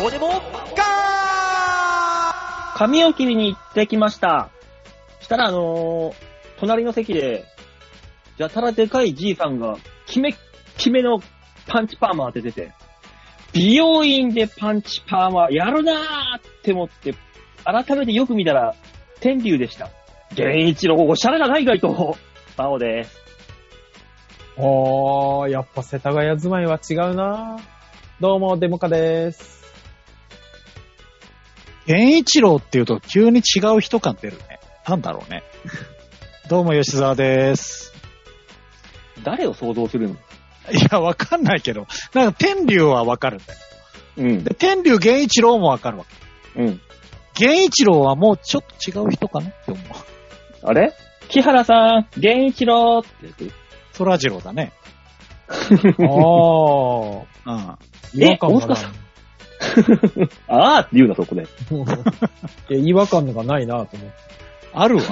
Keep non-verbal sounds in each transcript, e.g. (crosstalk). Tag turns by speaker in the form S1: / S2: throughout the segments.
S1: どうでもガ
S2: 髪を切りに行ってきました。したら、あのー隣の席で、やたらでかいじいさんが、キメッキメのパンチパーマ当ててて、美容院でパンチパーマやるなーって思って、改めてよく見たら、天竜でした。源一郎、おしゃれだな、意外と。バオです。
S3: おー、やっぱ世田谷住まいは違うなどうも、デモカです。
S4: 源一郎っていうと急に違う人感出るね。なんだろうね。どうも吉沢です。
S2: 誰を想像するの
S4: いや、わかんないけど、なんか天竜はわかるんだよ。
S2: うん
S4: で、天竜源一郎もわかるわけ。
S2: うん。
S4: 源一郎はもうちょっと違う人かなって思う。
S2: あれ木原さん、源一郎ってやつ
S4: そらジローだね。
S3: おー、
S4: うん。
S3: 違和感
S2: 大
S3: が
S2: 塚
S3: な
S2: さあーって言うな、そこで。
S3: (laughs) い。いや、違和感がないなと思って。
S4: あるわ。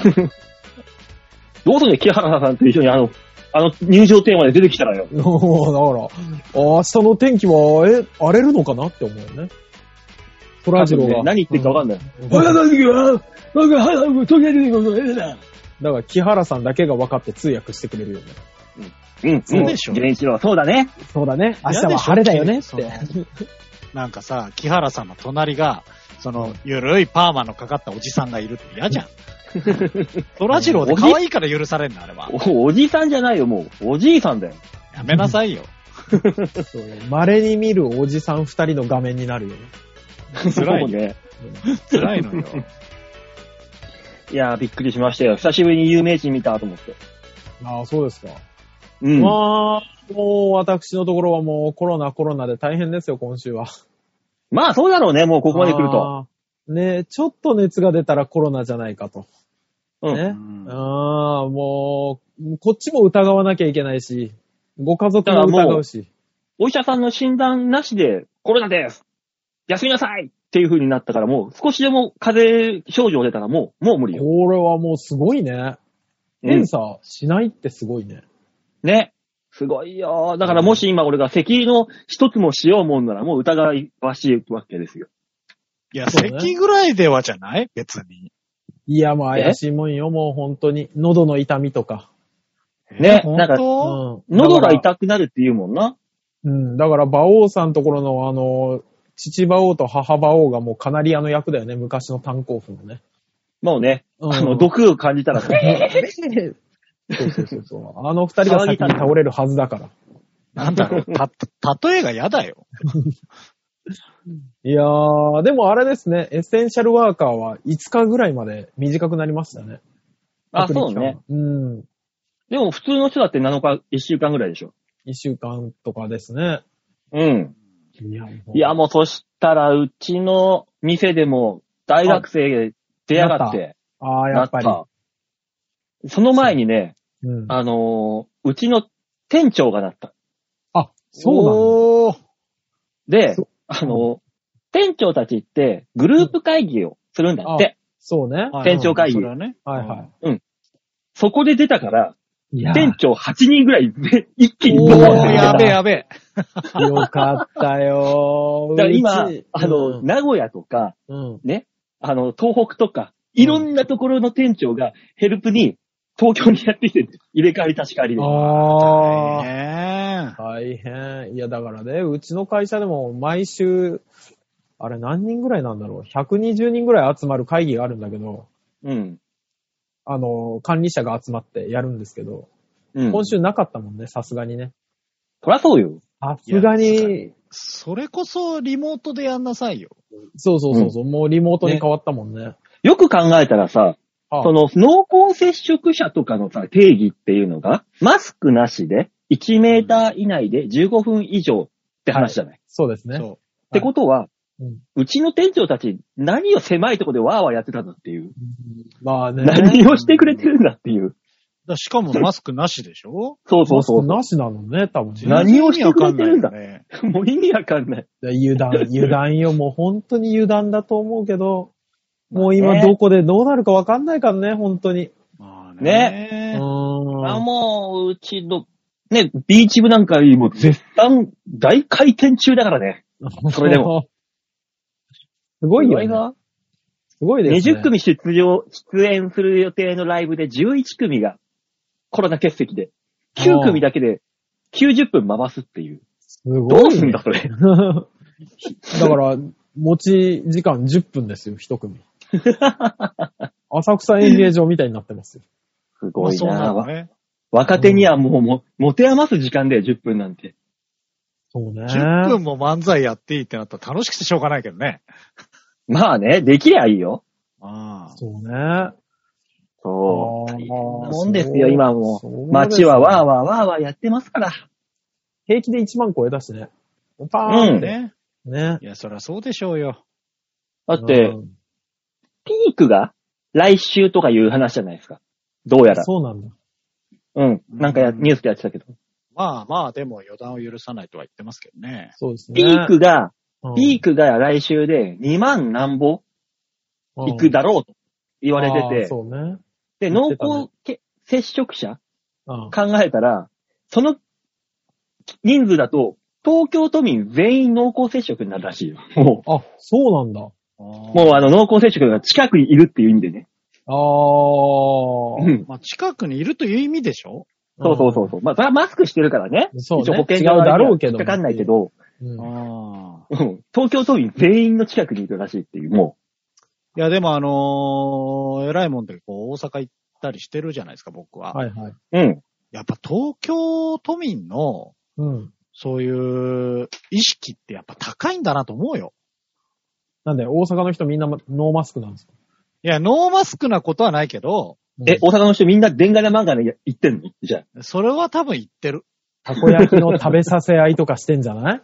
S2: どうするの木原さんと一緒にあの、あの入場テーマで出てきたらよ。
S3: おー、だから、明日の天気は、え、荒れるのかなって思うよね。トラジロ
S2: 多分ね
S3: が。
S2: 何言ってるかわかんない。
S3: うん
S2: わかんないよ。わかんない。とりあえず行こう
S3: だから、木原さんだけが分かって通訳してくれるよね。
S2: うん、
S4: そうでしょ
S2: 源一郎、そうだね。
S3: そうだね。 (laughs) 明日
S4: 明日
S3: は晴
S4: は晴
S3: れ
S4: れ
S3: だ
S4: だ
S3: よ
S4: よ
S3: ね
S4: ね
S3: っ
S4: ってて。なんかさ、木原さんの隣が、その、ゆるいパーマのかかったおじさんがいるって嫌
S3: (laughs)
S4: じゃん。そらジローで可愛いから許されんの、あれは。
S2: おおじさんじゃないよ、もう。おじいさんだよ。
S4: やめなさいよ。
S3: そうね稀に見るおじさん二人の画面になるよね。
S4: 辛
S2: そう
S4: いよ。
S2: ね。
S4: 辛いの
S3: (laughs)
S4: よ。
S2: いやー、びっくりしましたよ。久しぶりに有名人見たと思って。
S3: ああ、そうですか。
S2: うん。
S3: まあ、もう私のところはもうコロナコロナで大変ですよ、今週は。
S2: まあ、そうだろうね、もうここまで来ると。
S3: あー。ねちょっと熱が出たらコロナじゃないかと。
S2: うん
S3: ね。
S4: うん
S3: ああ、もう、こっちも疑わなきゃいけないし、ご家族も疑うし。
S2: お医者さんの診断なしで、コロナです休みなさいっていう風になったから、もう少しでも風邪症状出たらもう、もう無理よ。
S3: これはもうすごいね。
S2: うん
S3: 検査しないってすごいね。
S2: ね。すごいよ。だからもし今俺が咳の一つもしようもんならもう疑わしいわけですよ。
S4: いや、
S3: そうね
S4: 咳ぐらいではじゃない別に。
S3: いや、もう怪しいもんよ、もう本当に。喉の痛みとか。
S2: ね
S4: え本
S2: なんか
S3: う
S4: 当
S3: ん。
S2: 喉が
S3: だから
S2: 痛くなるって言うもんな。
S3: うん。だから、馬王さんところの、あの、父馬王と母馬王がもうカナリアの役だよね、昔の炭鉱夫のね。
S2: もうね、
S3: うん
S2: あの、毒を感じたら、
S3: そうそうそうそう。あの二人が先に倒れるはずだから。
S4: なんだろう、た、例えが嫌だよ。
S3: いやー、でもあれですね、エッセンシャルワーカーは5日ぐらいまで短くなりましたね。
S2: あ、
S3: 隔離
S2: そう
S3: 期間
S2: ね。。
S3: うん。
S2: でも普通の人だって7日、1週間ぐらいでしょ。
S3: 1週間とかですね。
S2: うん。
S3: いや、
S2: いや、もうそしたら、うちの店でも大学生出やがって、
S3: あー、や
S2: なっ
S3: っぱり。
S2: た。その前にね、
S3: うん、
S2: あのーうちの店長がなった。
S3: あ、そう
S4: おー
S2: で
S3: そ、
S2: あの、店長たちってグループ会議をするんだって。
S3: なんだ。そうね。
S2: 店長会議
S4: それはね。
S3: はいは
S2: そこで出たから、
S3: い。いや
S2: 店長8人ぐらいで一気に
S4: お
S2: ドーンっ
S4: ー、
S2: て
S4: やべえやべえ。
S3: よかったよー。
S2: だから今
S3: うち、
S2: あの、
S3: うん
S2: 名古屋とか、
S3: うん。
S2: あの、東北とか、いろんなところの店長がヘルプに東京にやってきてる入れ替わり立ち替わりで。
S3: あー。
S4: ね
S3: 大変。いや、だからね、うちの会社でも毎週、あれ何人ぐらいなんだろう。120人ぐらい集まる会議があるんだけど、
S2: うん。
S3: あの、管理者が集まってやるんですけど、
S2: うん。
S3: 今週なかったもんね、さすがにね。
S2: そらそうよ。
S3: さすが
S4: いやさすが
S3: に、
S4: それこそリモートでやんなさいよ。
S3: そうそうそうそう、もうリモートに変わったもんね。
S2: よく考えたらさ、
S3: あ
S2: その濃厚接触者とかのさ、定義っていうのが、マスクなしで1メーター以内で15分以上って話じゃない。
S3: そうですね。
S4: そ
S2: ってことは、
S3: うん
S2: うちの店長たち何を狭いとこでわーわーやってたんだっていう。
S3: まあね。
S2: 何をしてくれてるんだっていう。
S4: う。だしかもマスクなしでしょ
S2: そうそうそう。
S3: マスクなしなのね、多分ね。
S2: 何をしてくれてるんだ
S4: 全然意味わ
S2: もう意味わか
S4: かないよね
S2: んない。
S3: 油断、油断よ。もう本当に油断だと思うけど、
S2: ま
S3: もう
S2: あ
S3: 今
S2: ね
S3: どこでどうなるかわかんないからね、本当に。
S4: まあ
S3: う
S4: ね。
S2: あ
S3: ーん。
S2: もう、うちの、ね、ビー (laughs) チ部なんかよりも絶賛大回転中だからね。それで
S3: も。すごいよ、
S2: 岩井
S3: ね。
S2: が
S3: すごいですね。
S2: 20組出場、出演する予定のライブで11組がコロナ欠席で、9組だけで90分回すっていう。
S3: すごい、ね。
S2: どうすんだ、それ。
S3: (laughs) だから、持ち時間10分ですよ、
S2: (laughs)
S3: 一組。浅草演芸場みたいになってますよ。
S2: す
S4: ま
S2: ご
S4: あ
S2: い
S4: そうな
S2: な
S4: の
S2: わ
S4: ね。
S2: 若手にはもうも、持て余す時間だよ、10分なんて。
S3: そうね。
S4: 10分も漫才やっていいってなったら楽しくてしょうがないけどね。
S2: まあね、できりゃいいよ。
S4: あ
S3: そうね。
S2: そう。
S3: あー
S2: 大変なもんですよ、
S3: そう
S2: 今も
S3: そうです
S2: う。
S3: ね
S2: 街はわーわーわーわーやってますから。
S3: 平気で1万超えたしね。パ
S4: あ。
S3: ー
S2: う
S3: ンっ
S2: ん
S3: て。
S4: ね。
S3: ね。
S4: いや、そりゃそうでしょうよ。
S2: だって
S3: う、ん
S2: ピークが来週とかいう話じゃないですか。どうやら。
S3: そうなんだ。
S2: うん。なんかやニュースでやってたけど。
S4: まあまあ、でも予断を許さないとは言ってますけどね。
S3: そうですね。
S2: ピークが、
S3: うん、
S2: ピークが来週で2万何ぼ
S3: うん
S2: 行くだろうと言われ
S3: あー
S2: てて、
S3: そうね。
S2: で、
S3: 言
S2: 濃
S3: ってたね
S2: 厚け接触者
S3: うん
S2: 考えたら、その人数だと、東京都民全員濃厚接触になるらしいよ。も
S3: あ、そうなんだ。
S2: う、
S4: も
S2: もうあの濃厚接触が近くにいるっていう意味でね。
S3: あ
S2: う
S3: ー
S2: ん。
S4: まあ、近くにいるという意味でしょ
S2: そうそうそうそう。まあ、それはマスクしてるからね。
S3: そうね
S2: 一応保険
S3: 違う
S2: が
S3: だろうけど
S2: 引っかかんないけど、
S3: うん。うん
S4: ああ。
S2: うん東京都民全員の近くにいるらしいっていう、も
S4: いや、でもあのー、偉いもんで、こう、大阪行ったりしてるじゃないですか、僕は。
S3: はいはい。
S2: う。うん。
S4: やっぱ東京都民の、
S3: うん。
S4: そういう意識ってやっぱ高いんだなと思うよ。
S3: なんで、大阪の人みんなノーマスクなんですか
S4: いや、ノーマスクなことはないけど、
S2: え、大阪の人みんな電ガな漫画で行ってんのじゃあ。
S4: それは多分言ってる。
S3: たこ焼きの食べさせ合いとかしてんじゃない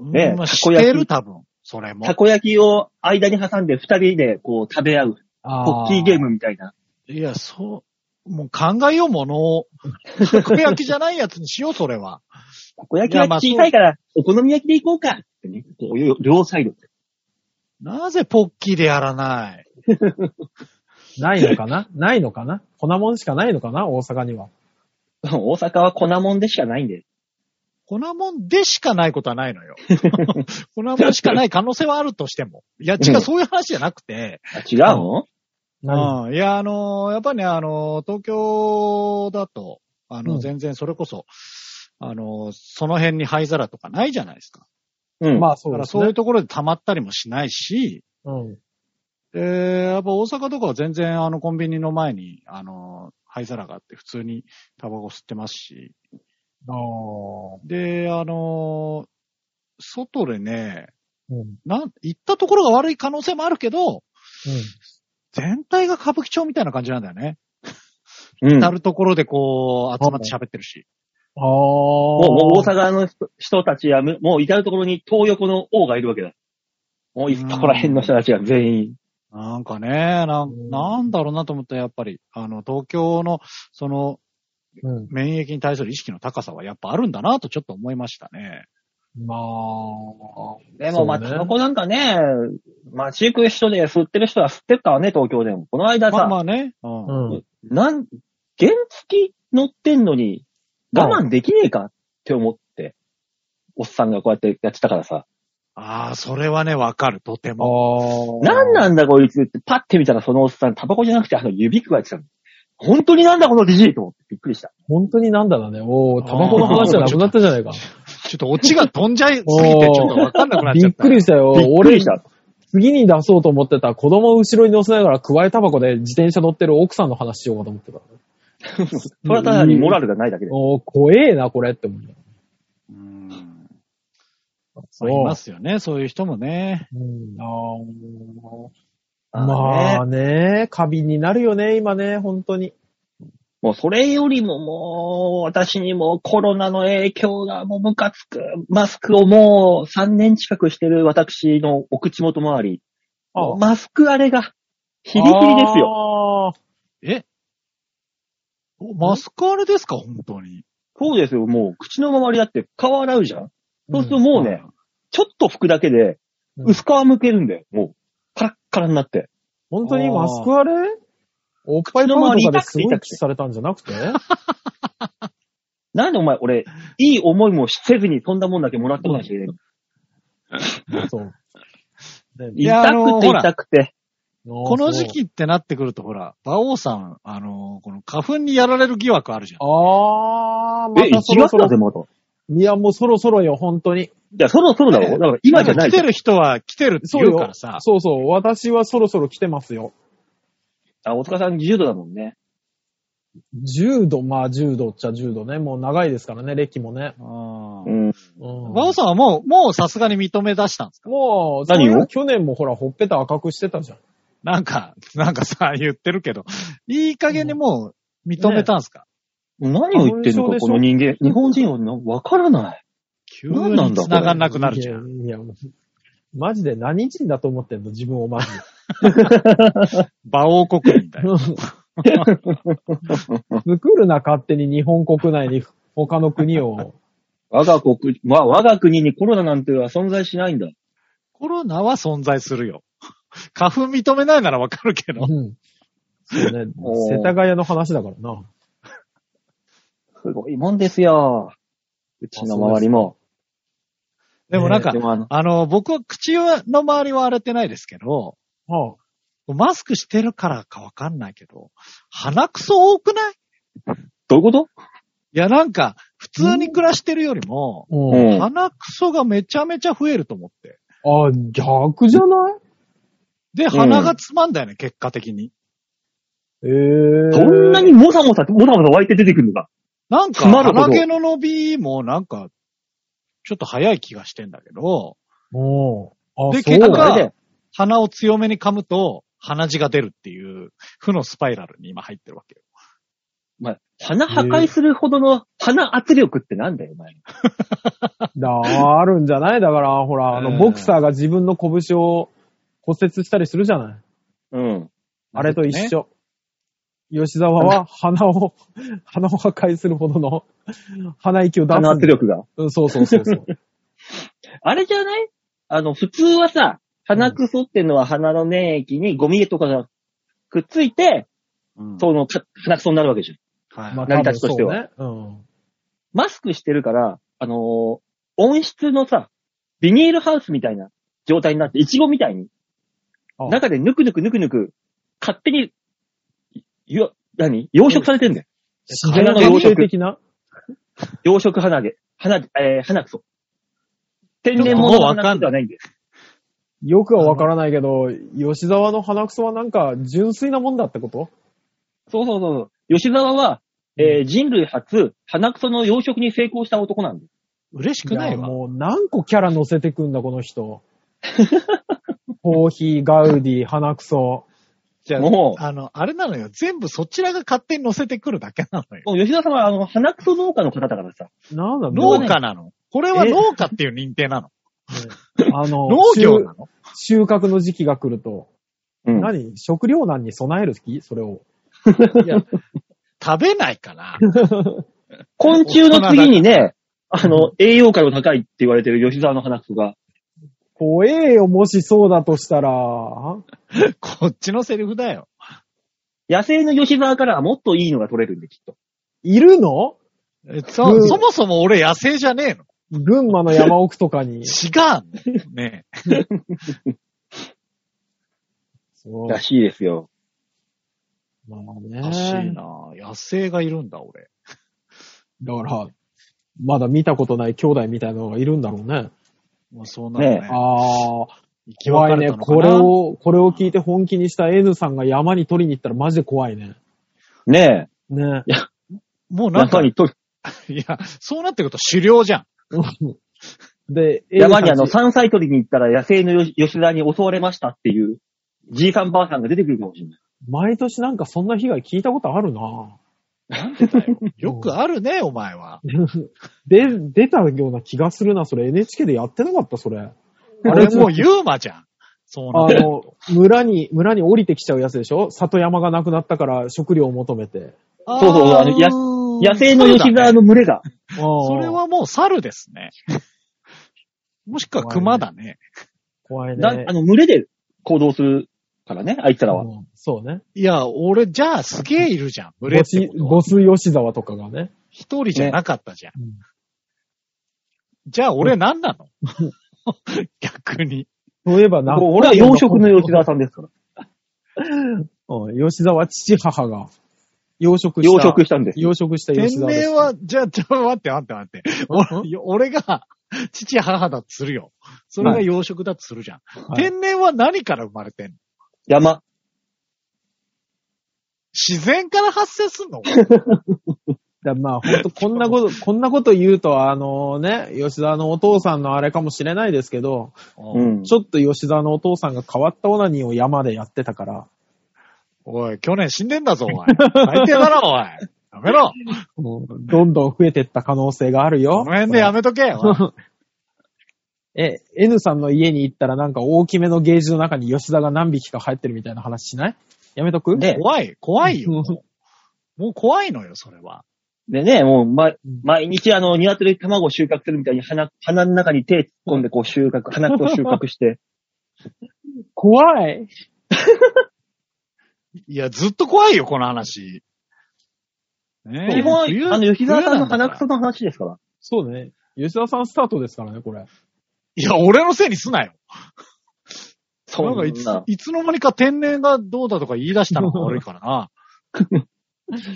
S2: ねえ
S4: まあ、
S2: た
S4: 知
S2: こ
S4: っ
S2: 焼き
S4: てる、多分。それも
S2: た。こ焼きを間に挟んで二人でこう食べ合う、
S3: あ
S2: ポッキーゲームみたいな。
S4: いや、そう、もう考えようものを。たこ焼きじゃないやつにしよう、それは。
S2: たこ焼き
S4: いや
S2: は
S4: まあそう
S2: 小さいから、お好み焼きで行こうかってね。こういう両サイド。 (laughs)
S4: なぜポッキーでやらない
S3: ないのかなないのかな粉もんしかないのかな大阪には。
S2: 大阪は粉もんでしかないんで。
S4: 粉もんでしかないことはな
S3: (laughs)
S4: いのよ。粉もんしかない可能性はあるとしても。いや、違
S2: う
S4: う、
S2: ん
S4: そういう話じゃなくて。
S2: あ、違うの
S3: 何
S4: うん。いや、あのーやっぱね、あのー東京だと、あ
S3: う
S4: の、
S3: ん
S4: 全然それこそ、あのーその辺に灰皿とかないじゃないですか。
S2: うん。
S3: まあそうで
S4: だから
S3: す
S4: そうい
S3: ね
S4: う。ところで溜まったりもしないし、
S3: うん。
S4: で、やっぱ大阪とかは全然あのコンビニの前に、あの、灰皿があって普通にタバコ吸ってますし、
S3: ああ。
S4: で、あの、外でね、
S3: うん。うん。
S4: なん、行ったところが悪い可能性もあるけど、全体が歌舞伎町みたいな感じなんだよね。
S2: うん。
S4: 至るところでこう、集まって喋ってるし。
S3: ああ。も
S2: もうもう大阪の人人たちはむ、もう至るところに東横の王がいるわけだ。もうい
S4: うん
S2: そこら辺の人たちが全員。
S4: なんかね、なん
S3: うん
S4: なんだろうなと思ったらやっぱり、あの、東京の、その、
S3: うん。
S4: 免疫に対する意識の高さはやっぱあるんだなとちょっと思いましたね。
S3: まあ。
S2: でもまあ、
S3: そうね
S2: タバコなんかね、街行く人で吸ってる人は吸ってるからね、東京でも。この間さ、
S4: まあまあね。うん
S3: うん。
S2: なん、原付き乗ってんのに我慢できねえかって思って、おっさんがこうやってやってたからさ、
S4: ああ、それはね、わかる、とて
S3: あ
S4: も。
S3: あ。
S2: なんなんだこいつってパッて見たらそのおっさんタバコじゃなくてあの指くわえてたの。本当になんだこのじじいと思ってびっくりした。
S3: 本当になんだだね。おお、タバコの話じゃなくなったじゃないか。
S4: ちょっとオチが飛んじゃいすぎて、ちょっとわかんなくなっち
S3: び
S4: ゃっ。
S3: ったくりしたよ。
S2: びっくりした。
S3: 次に出そうと思ってた子供を後ろに乗せながら加えタバコで自転車乗ってる奥さんの話しようかと思ってた。
S2: それはただにモラルがないだけで。
S3: おー怖えな、これって思う。
S4: うんま
S3: そう
S4: あいますよね、そういう人もね。
S3: うん、あ
S2: ね
S3: ーまあね、過敏になるよね、今ね、本当に。
S2: もうそれよりももう、私にもコロナの影響がもうムカつく、マスクをもう3年近くしてる私のお口元周り、
S3: あ
S2: マスクあれが、ひりひりですよ。
S3: よ。
S4: えおマスクあれですか、本当に。
S2: そうですよ、もう口の周りだって顔洗うじゃん。そうすると
S3: ん
S2: もうね、ちょっと拭くだけで、
S3: うん
S2: 薄皮むけるんだよ、もう。カラッカラになって。
S3: 本当に
S4: あー
S3: マスクあれおっぱいパンとかですごいキスされたんじゃなくて
S2: なんでお前、俺、いい思いもせずにそんなもんだけもらってこなきゃいけない。
S3: そう。ね
S4: いや
S2: 痛くて痛くて。
S4: この時。期ってなってくると、ほら、馬王さん、あのーこの花粉にやられる疑惑あるじゃん。
S3: あー、ま
S2: え、1
S3: たそろ
S2: 月
S3: そ
S2: だ
S3: ろ
S2: ぜ、。まだ。い
S3: いや、もうそろそろよ、本当に。
S2: や、そろそろだろ。だから今じゃない
S4: 来。てる人は来てるって
S3: そう
S4: 言う
S3: よ
S4: からさ。
S3: そうそう。私はそろそろ来てますよ。
S2: あ、大塚さん10度だもんね。
S3: 10度、まあ10度っちゃ10度ね。もう長いですからね、歴もね。
S4: あ
S2: う
S4: ー
S2: ん。
S3: うん
S4: 馬王さんはもう、もうさすがに認め出したんですか
S3: もう、
S2: 何を
S3: そういう去年もほら、ほっぺた赤くしてたじゃん。
S4: なんか、なんかさ、言ってるけど、いい加減にもう認めたんですか、
S2: 何を言ってんのか、この人間。日本人はなわからない。
S4: 急
S2: 何なん
S4: に
S2: だ
S4: 繋がんなくなるじゃん。
S3: ん。いや、もうマジで何人だと思ってんの自分をマジで。
S4: 馬王国みたいな。
S3: (laughs) 作るな、勝手に日本国内に他の国を。
S2: 我が国、まあ、我が国にコロナなんては存在しないんだ。
S4: (laughs) コロナは存在するよ。 (laughs) 花粉認めないならわかるけど
S3: う。ん。そうね。
S2: おー
S3: 世田谷の話だからな。
S2: すごいもんですよ。うちの周りも。
S4: でもなんか
S2: で、もあの、
S4: あの、僕は口の周りは荒れてないですけど、
S3: はあ、
S4: マスクしてるからかわかんないけど、鼻くそ多くない
S2: どういうこと
S4: いやなんか、普通に暮らしてるよりも、
S3: う。
S2: うんん。
S4: 鼻くそがめちゃめちゃ増えると思って。
S3: あ、逆じゃない
S4: で、鼻がつまんだよね、結果的に。
S3: ええ
S2: そんなにもさもさ、もさもさ湧いて出てくるのか。
S4: なんか、
S2: つまるほど
S4: 鼻毛の伸びもなんか、ちょっと早い気がしてんだけど、
S3: もうん。あ、
S4: で
S3: そう
S4: 結
S2: だ
S4: 果
S2: からあれだよ。
S4: 鼻を強めに噛むと、鼻血が出るっていう、負のスパイラルに今入ってるわけよ。
S2: まあ、鼻破壊するほどの鼻圧力ってなんだよ、お前。
S3: だあるんじゃないだから、ほら、あ
S4: うん
S3: の、ボクサーが自分の拳を骨折したりするじゃない
S2: うん。
S3: あれと一
S4: ね
S3: 緒。吉沢は鼻を、 (laughs) 鼻を破壊するほどの鼻息を出すんだ
S2: 鼻圧力が。
S3: うん、そうそうそ
S2: (laughs)
S3: うそう。
S2: あれじゃないあの、普通はさ、鼻くそってのは鼻の粘液にゴミとかがくっついて、
S4: うん
S2: その、た鼻くそになるわけじゃん。
S4: はい
S3: まあ
S2: 成り立ちとしては。
S3: 多分
S2: マスクしてるから、あのー音質のさ、ビニールハウスみたいな状態になって、イチゴみたいに、
S3: ああ
S2: 中でぬくぬくぬくぬく、勝手に、よ、何養殖されてんだよ。
S3: そうね。うん。
S2: 鼻の
S3: 自然
S2: 養
S3: 発生
S2: 殖、
S3: 的な
S2: 養殖鼻毛、鼻、えー、鼻くそ。天然
S4: も
S2: 物
S4: う
S2: の
S4: わか
S2: 鼻
S4: ん
S2: くそ
S4: ない
S2: ではないんだよ。
S3: よくはわからないけど、吉沢の鼻くそはなんか純粋なもんだってこと
S2: そうそうそうそう。吉沢は、えー人類初、鼻くその養殖に成功した男なんだよ。
S4: 嬉しくない
S3: や
S4: わ。
S3: もう何個キャラ乗せてくんだ、この人。コーヒー、ガウディ、鼻くそ。
S4: じゃあ
S2: もう
S4: あの、あれなのよ。全部そちらが勝手に乗せてくるだけなのよ。
S2: もう吉沢さんは、あの、鼻くそ農家の方だからさ。
S3: なんだ
S4: 農
S3: ろうね
S4: 家なの。これは農家っていう認定
S3: (laughs)
S4: なの。
S3: あの、
S4: (laughs) 農業なの
S3: 収収穫の時期が来ると、
S2: うん。
S3: 何食糧難に備える気それを。
S4: 食べな
S3: (laughs)
S4: いから。
S2: 昆虫の次にね、あの、栄養価の高いって言われてる吉沢の鼻くそが。
S3: 怖えよ、もしそうだとしたら。あ
S4: こっちのセリフだよ。
S2: 野生の吉沢からはもっといいのが取れるんで、きっと。
S3: いるの
S4: えそ、
S3: うん
S4: そもそも俺野生じゃねえの。
S3: 群馬の山奥とか
S4: (laughs)
S3: に。
S4: 違うの。ね
S3: (laughs)
S4: え。
S3: そう。
S2: らしいですよ。
S3: まあ
S4: おかしい
S3: ね。
S4: な野生がいるんだ、俺。
S3: だから、まだ見たことない兄弟みたいなのがいるんだろうね。
S4: もうそうなるね
S2: ね。
S3: ああ、
S4: 生き
S3: 怖
S4: 別
S3: い
S4: れ
S3: ね。
S4: たのかな
S3: これを、これを聞いて本気にした N さんが山に取りに行ったらマジで怖いね。
S2: ね
S3: ね。
S4: もう
S2: え。
S4: なんか、
S2: 中
S4: い
S2: にと、
S4: や、そうなってくると狩猟じゃん。
S3: で、N
S2: 山にあ
S3: さん
S2: の、
S3: ち
S2: 山菜取りに行ったら野生の吉吉沢に襲われましたっていう、じいさんばあさんが出てくるかもしれない。
S3: 毎年なんかそんな被害聞いたことあるな
S4: なんでだよ。 (laughs) よくあるね、お前は。
S3: (laughs) で、出たような気がするな。それ NHK でやってなかった、それ。
S4: あ (laughs) れもうユーマじゃん。そうな
S3: あ
S4: んだよ。
S3: の、村に、村に降りてきちゃうやつでしょ里山がなくなったから食料を求めて。
S4: あー
S2: そうそうあのや野生の吉沢の群れが。
S3: そ
S4: それはもう猿です
S2: (laughs)
S4: ね。もしくは熊だね。
S3: 怖い
S2: だ
S3: ね
S2: あ。の、群れで行動するからね、あいつらは。
S3: うんそうね。
S4: いや、俺、じゃあすげえいるじゃん。群れ
S3: ボ
S4: って
S3: ス
S4: こ、とは
S3: ボス吉沢とかがね。
S4: 一人じゃなかったじゃん。
S3: うん
S2: (laughs)
S4: じゃあ俺何なの逆に。
S3: そういえばな、
S2: 俺は洋食の吉沢さんですから。
S3: うん、吉沢父母が、養殖した。
S2: 洋食したんです。
S3: 養殖した
S4: 店
S3: 吉沢です。
S4: 名は、じゃあ、ちょ、待って、待って、待って。
S3: ん
S4: 俺俺が、父、母だとするよ。それが養殖だとするじゃん。
S3: はい
S4: 天然は何から生まれてんの
S2: 山。
S4: 自然から発生すんの
S3: だまあ、本当こんなこと、こんなこと言うと、あのね、吉沢のお父さんのあれかもしれないですけど、
S2: う
S4: おい
S2: ん。
S3: ちょっと吉沢のお父さんが変わったオナニーを山でやってたから、
S4: おい、去年死んでんだぞ、お前。最低だろ、おい。やめろ。
S3: もうどんどん増えてった可能性があるよ。
S4: この辺でやめとけ。おい
S3: え、N さんの家に行ったらなんか大きめのゲージの中に吉田が何匹か入ってるみたいな話しないやめとく
S2: ね
S4: 怖い、怖いよ。 (laughs) も
S3: うん
S4: うもう怖いのよ、それは。
S2: でね、もう、ま、毎日あの、鶏卵を収穫するみたいに鼻、鼻の中に手突っ込んでこう収穫、鼻を収穫
S4: (laughs)
S2: して。
S3: 怖い。
S4: いや、ずっと怖いよ、この話。ねえ
S2: 基本、
S4: 冬
S2: あの、吉沢さんの
S4: 冬なん
S2: 鼻
S4: だ
S2: く
S4: か
S2: その
S4: ら
S2: 話ですから。
S3: そうね。吉田さんスタートですからね、これ。
S4: いや、俺のせいにすなよ。
S2: そ
S4: なんかいつ、いつの間にか天然がどうだとか言い出したのが悪いからな。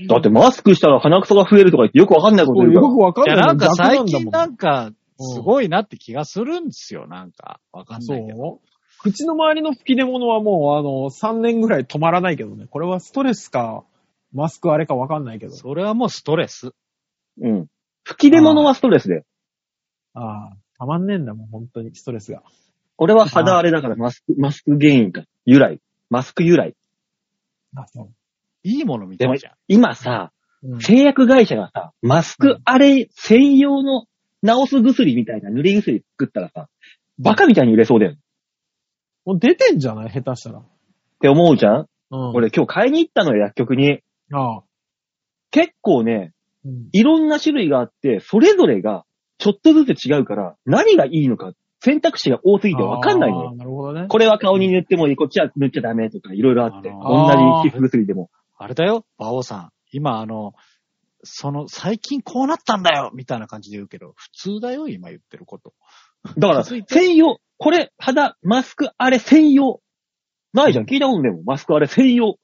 S2: だってマスクしたら鼻くそが増えるとか言ってよくわかんないこと言うか
S3: よ
S2: ら
S3: く。わかん
S4: い
S3: な
S4: や、
S3: い。
S4: なんか最
S3: 逆な
S4: 近なん
S3: だ
S4: んか、すごいなって気がするんですよ、なんか。わかんない
S3: もん
S4: けど。
S3: そう。口の周りの吹き出物はもう、あの、3年ぐらい止まらないけどね。これはストレスか、マスクあれかわかんないけど。
S4: それはもうストレス。
S2: うん。吹き出物はストレスで。
S3: ああ、たまんねえんだもん、本当に、ストレスが。
S2: 俺は肌荒れだからマスク、マスク原因か。由来。マスク由来。
S3: あそう。
S4: いいもの見てるじゃん。
S2: 今さ、
S3: うん
S2: 製薬会社がさ、マスクあれ専用の治す薬みたいな塗り薬作ったらさ、バカみたいに売れそうだよ。っ
S3: もう出てんじゃない下手したら。
S2: て思うじゃん
S3: うん。
S2: 俺今日買いに行ったのよ、薬局に。
S3: ああ。
S2: 結構ね、
S3: うん。
S2: いろんな種類があって、それぞれがちょっとずつ違うから、何がいいのか選択肢が多すぎてわかんないの
S3: ああ
S2: よ。
S3: なるほどね。
S2: これは顔に塗ってもいい、こっちは塗っちゃダメとか、いろいろあって。
S4: あ
S2: 同
S3: のー
S2: じ皮膚薬でも。
S4: あれだよ、馬王さん。今、あの、その、最近こうなったんだよみたいな感じで言うけど、普通だよ、今言ってること。
S2: だから、
S4: 気づいて
S2: 専用、これ、肌、マスク、あれ専用。ないじゃん、聞いたことでも、マスクあれ専用。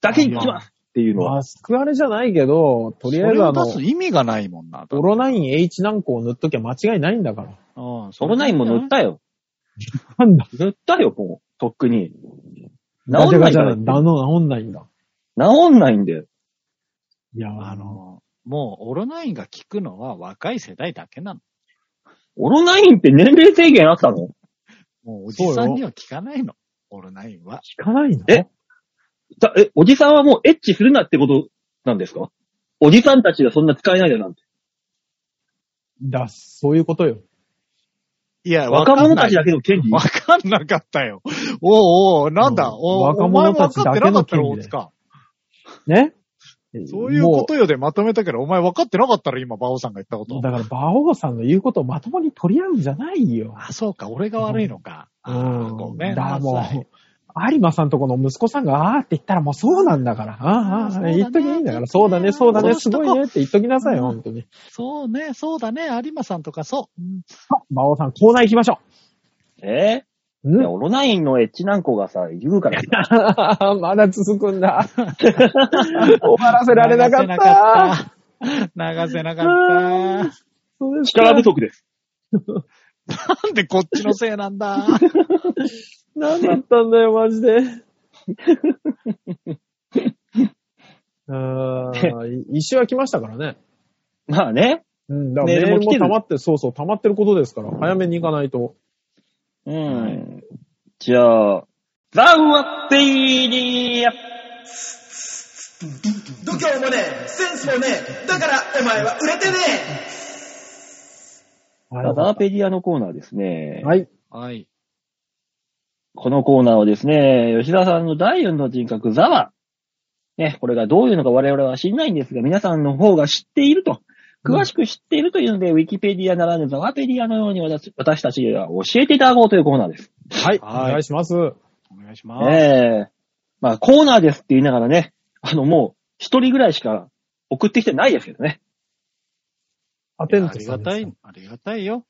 S2: だけに来ますっていうのは。
S3: マスクあれじゃないけど、と
S4: そ
S3: りあえ
S4: れ
S3: ずあ
S4: を
S3: の
S4: 出、す意味がないもんな。
S3: オロナイン H 軟膏を塗っときゃ間違いないんだから。
S4: うん、
S2: そのないもん塗ったよ。
S3: なんだ
S2: 塗ったよ、もう。とっくに。
S3: ガチ
S2: 治んな
S3: ャガ
S2: い
S3: チ
S2: か
S3: ャ
S2: ら
S3: な。だの、治んないんだ。
S2: 治んないんだよ。
S3: いや、あ
S4: あ
S3: の、
S4: の、もう、オロナインが効くのは若い世代だけなの。
S2: オロナインって年齢制限あったの
S4: もう、おじさんには効かないの。オロナインは。
S3: 効かないの
S2: えだえ、おじさんはもうエッチするなってことなんですかおじさんたちがそんな使えないだなんて。
S3: だ、そういうことよ。
S4: いや、
S2: 若者たちだけの権利
S4: わかんなかったよ。おうおう、なんだ、
S3: うん
S4: おう
S3: 若
S4: お
S3: 者
S4: 前も
S3: た
S4: 分
S3: ち
S4: かっ
S3: だ
S4: て
S3: けの
S4: なかった
S3: 権
S4: ろ、大
S3: 利で
S4: 塚。
S3: ね
S4: そういう
S3: も
S4: ことよでまとめたけど、お前分かってなかったろ、今、馬王さんが言ったこと。
S3: だから、馬王さんの言うことをまともに取り合うんじゃないよ。
S4: あ、そうか、俺が悪いのか。
S3: う
S4: あーごめん
S3: だ
S4: な
S3: から
S4: さい
S3: も。う、有馬さんとこの息子さんが、あーって言ったらもうそうなんだから。あーあー、
S4: あーそうだね
S3: 言っときゃいいんだから。そうだね、そうだね、
S4: そう
S3: す
S4: しとこ
S3: ご
S4: う
S3: いねって言っときなさいよ、
S4: うん
S3: 本当に。
S4: そうね、そうだね、有馬さんとかそう。うん
S3: さあ馬王さん、コーナー行きましょ
S2: えー、
S3: う。う
S2: い
S3: ん
S2: やオロナインのエッチ軟膏がさ、言うからさ
S3: (laughs) まだ続くんだ。終わらせられなかった。
S4: 流せなかった。流せなかっ
S3: そうですか
S2: 力不足です。
S4: た。なんでこっちのせいな
S3: (laughs)
S4: んだ。
S3: 何だったんだよ、マジで。あーい一周は来ましたからね。
S2: まあね。
S3: うん、だか
S2: メ
S3: らメ
S2: ール
S3: ー
S2: も来
S3: ルも
S2: てる
S3: 溜まって、そうそう、溜まってることですから、早めに行かないと。
S2: うん。
S4: はい
S2: じゃあ、ザワテイリア
S1: 度胸もねえセンスもねえだからお前は売れてねえ
S3: は
S2: ザワペディアのコーナーですね。
S3: はい。
S4: はい。
S2: このコーナーはですね、吉田さんの第4の人格、ザワ。ね、これがどういうのか我々は知らないんですが、皆さんの方が知っていると、詳しく知っているというので、ウィキペディアならぬザワペディアのように私私たちが教えていただこうというコーナーです。
S3: はい。お
S4: はい
S3: 願いします。
S4: お願いします。
S2: ええまあ、コーナーですって言いながらね、あの、もう、一人ぐらいしか送ってきてないですけどね。
S3: アテン
S4: あ
S3: ト
S4: り
S3: さ
S4: が
S3: んです
S4: たい、ありがたいよ。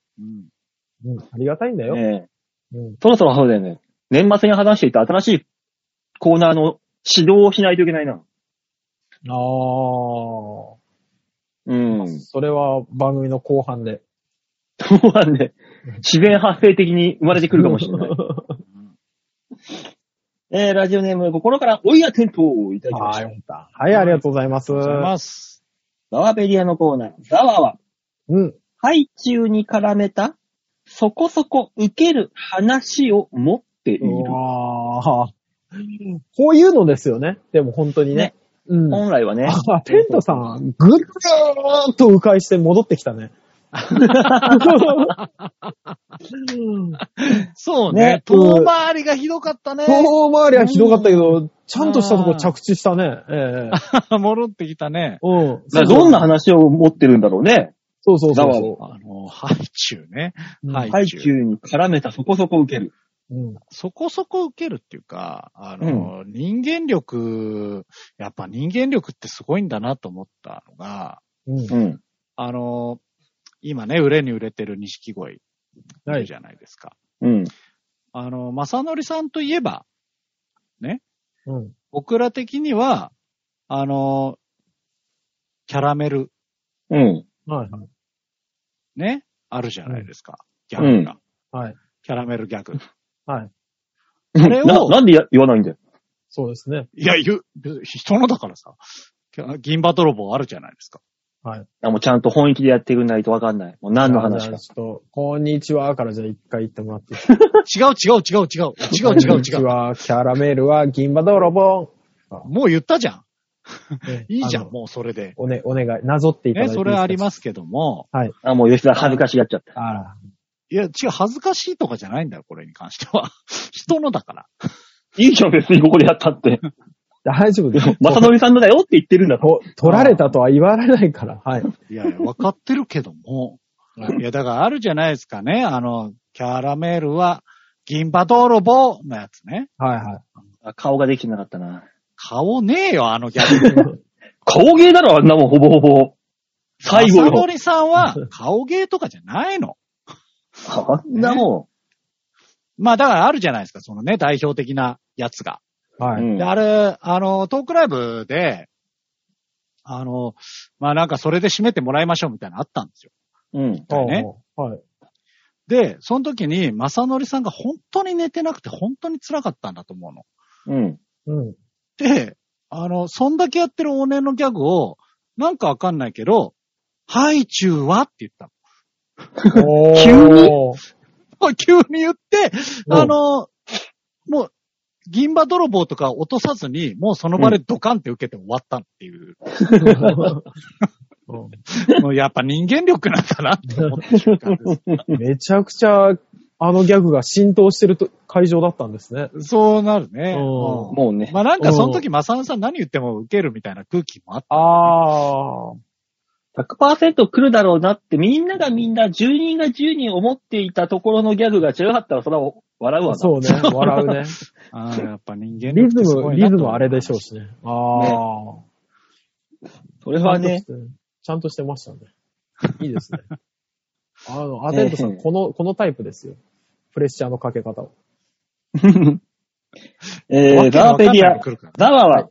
S4: う
S3: う
S4: ん。
S3: んありがたいんだよ。
S2: ええ
S3: うん。
S2: そろそろそうだよね。年末に話していた新しいコーナーの指導をしないといけないな。
S3: ああ。
S2: うん。
S3: それは番組の後半で。
S2: そうなんで、自然発生的に生まれてくるかもしれ
S3: (laughs)
S2: ない。 (laughs) えー、ラジオネーム、心から、おいや店頭をいただきまし
S3: ああ、
S2: た。
S3: よかった。はい、ありがとうございます。
S4: ありがとうございます。
S2: ザワベリアのコーナー、ザワは、
S3: うん。
S2: ハイチュウに絡めた、そこそこ受ける話を持っている。
S3: ああ。こういうのですよね。でも本当にね。うん。
S2: 本来はね。
S3: あ、ペントさん、ぐるーっと迂回して戻ってきたね。
S4: そう
S3: ね
S4: ね。遠回りがひどかったね。
S3: 遠回りはひどかったけど、ちゃんとしたとこ着地したね。ええ
S4: (laughs) 戻ってきたね。
S3: うん。
S2: だからどんな話を持ってるんだろうね。
S3: そうそうそ
S2: ザ
S3: う
S2: ワ
S3: そ
S2: を
S4: あの、ハイチュウね。
S3: う。
S4: はい
S2: ハイチュウに絡めたそこそこ受ける。
S3: うん。
S4: そこそこ受けるっていうか、あの、人間力、やっぱ人間力ってすごいんだなと思ったのが、
S3: うん。
S2: うん。
S4: あの、今ね、売れに売れてる錦鯉、いるじゃないですか。
S2: うん。
S4: あの、正則さんといえば、
S3: うん。
S4: 僕ら的には、あの、キャラメル、
S2: うん。
S3: はいはい。
S4: ね、あるじゃないですか。ギャグが。
S3: はい。
S4: キャラメルギャグ。
S3: はい。
S4: あれを
S2: な、なんでや言わないんだよ。
S3: そうですね。
S4: いや、言う、人のだからさ、キャ銀歯泥棒あるじゃないですか。
S2: あ、もうちゃんと本意気でやってくんないとわかんない。もう何の話
S3: じゃ
S2: か
S3: あ。ちょっと、こんにちはからじゃあ一回言ってもらっていい
S4: 違う違う違う違う。 (laughs) 違う違
S3: こん
S4: う
S3: にち (laughs)
S4: 違う。
S3: は、キャラメールは銀歯泥棒。
S4: もう言ったじゃん。いいじゃ
S3: あ
S4: ん、
S3: の
S4: もうそれで。
S3: おね、お願い。なぞっていただい
S4: ね、
S3: ていいですか。。
S4: それありますすけども。
S2: あ、もう吉田恥ずかしがっちゃった。
S3: あ
S4: いや、違う、恥ずかしいとかじゃないんだよ、これに関しては。 (laughs) 人のだから。
S2: いいじゃん、別にここでやったって。
S3: ら大丈夫です。
S2: (laughs) まさのりさんのだよって言ってるんだと。
S3: と取られたとは言われないから。はい。
S4: いや、わかってるけども。いや、だからあるじゃないですかね。あの、キャラメールは銀歯泥棒のやつね。
S3: はいは
S2: あ顔ができてなかったな。
S4: 顔ねえよ、あのギャグ。
S2: 顔芸だろ、あんなもん、ほぼほぼ。最後
S4: サ
S2: よ。
S4: さんは顔芸とかじゃないの。
S2: あんなも
S4: まあ、だからあるじゃないですか、そのね、代表的なやつが。
S3: い。
S2: ん。
S3: はい。
S2: うん
S4: で、あれ、あの、トークライブで、あの、まあなんかそれで締めてもらいましょうみたいなのあったんですよ。
S2: うん。
S4: だよね
S3: ほうほうはい。
S4: で、その時に、まさのりさんが本当に寝てなくて本当に辛かったんだと思うの。
S2: うん。
S3: うん。
S4: で、あの、そんだけやってる往年のギャグを、なんかわかんないけど、ハイチュウはって言ったの。
S3: おー
S2: 急に
S4: これ (laughs) 急に言って、
S3: うん
S4: あの、もう、銀歯泥棒とか落とさずに、もうその場でドカンって受けて終わったっていう。
S3: (laughs) うん
S4: もうやっぱ人間力なんだなって思って瞬
S3: (laughs)
S4: 間です。
S3: めちゃくちゃ、あのギャグが浸透してると会場だったんですね。
S4: そうなるね。
S3: うん
S4: うん
S2: もうね。
S4: まあなんかその時、マサノさん何言っても受けるみたいな空気もあっ
S3: ああ。
S2: 100%来るだろうなって、みんながみんな、10人が10人思っていたところのギャグが違かったら、それは笑うわな。
S3: そうね。笑う
S4: (laughs)
S3: ね。
S4: た。ああ、やっぱ人間
S3: リ
S4: 力
S3: ズ
S4: ってすご
S3: ム、
S4: いな
S3: リ
S4: と
S3: ズ
S4: 思
S3: ム
S4: った
S3: あれでしょうしね。ああ。
S2: それはね、
S3: ちゃんとして。ちゃんとしてましたね。いい
S4: (laughs)
S3: ですね。あの、アテントさ
S2: え
S3: ん、
S2: え
S3: この、このタイプですよ。プレッシャーのかけ方を。
S2: えー、
S4: わけ
S2: ザ
S4: の
S2: ワ
S4: わかん
S2: ペ
S4: ない
S2: ディ
S4: の
S2: ア、
S4: 来るから
S2: ザワは、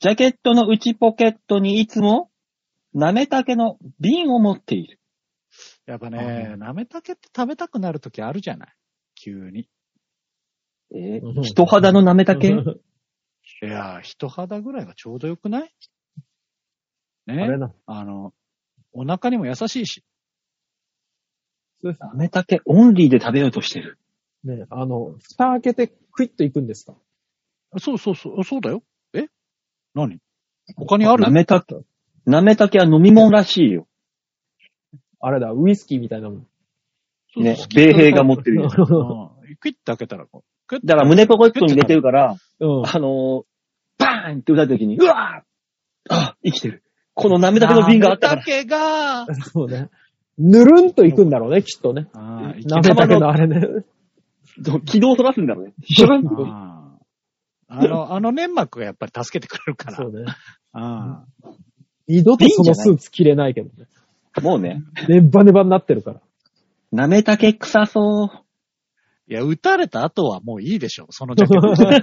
S2: ジャケットの内ポケットにいつも、なめたけの瓶を持っている。
S4: やっぱね、なめたけって食べたくなる時あるじゃない急に。
S2: え
S3: うん
S2: ー、人肌のなめたけ
S4: いやー、人肌ぐらいがちょうどよくない
S3: あれ
S4: ね
S3: な。
S4: あの、お腹にも優しいし。
S2: なめたけオンリーで食べようとしてる。
S3: ね、あの、蓋開けてクイッと行くんですか
S4: そうそうそう、そうだよ。え何他にある
S2: なめたけ、なめたけは飲み物らしいよ。
S3: あれだ、ウイスキーみたいなもん。
S2: ね、米兵が持って
S3: (laughs)
S2: るよ。
S4: うんクイッて開けたら、こうクイッて
S2: だから胸ポケットに入れてるから、
S3: うん。
S2: あのー、バーンって打たれた時に、うわーあ、生きてる。このなめたけの瓶があったか
S4: な
S2: ら
S4: め。けが、
S3: そうね。ぬるんと行くんだろうね、きっとね。
S4: あー
S3: なめたけのあれね。
S2: 軌道を反らすんだろうね。シュルンと
S4: あーあの、あの粘膜がやっぱり助けてくれるから。
S3: そうね。
S4: あ
S3: 二度とそのスーツ着れないけ (laughs) どね。
S2: もうね、
S3: ネッバネバになってるから。
S2: なめたけ臭そう。
S4: いや、撃たれた後はもういいでしょ。そのジャケット、ね。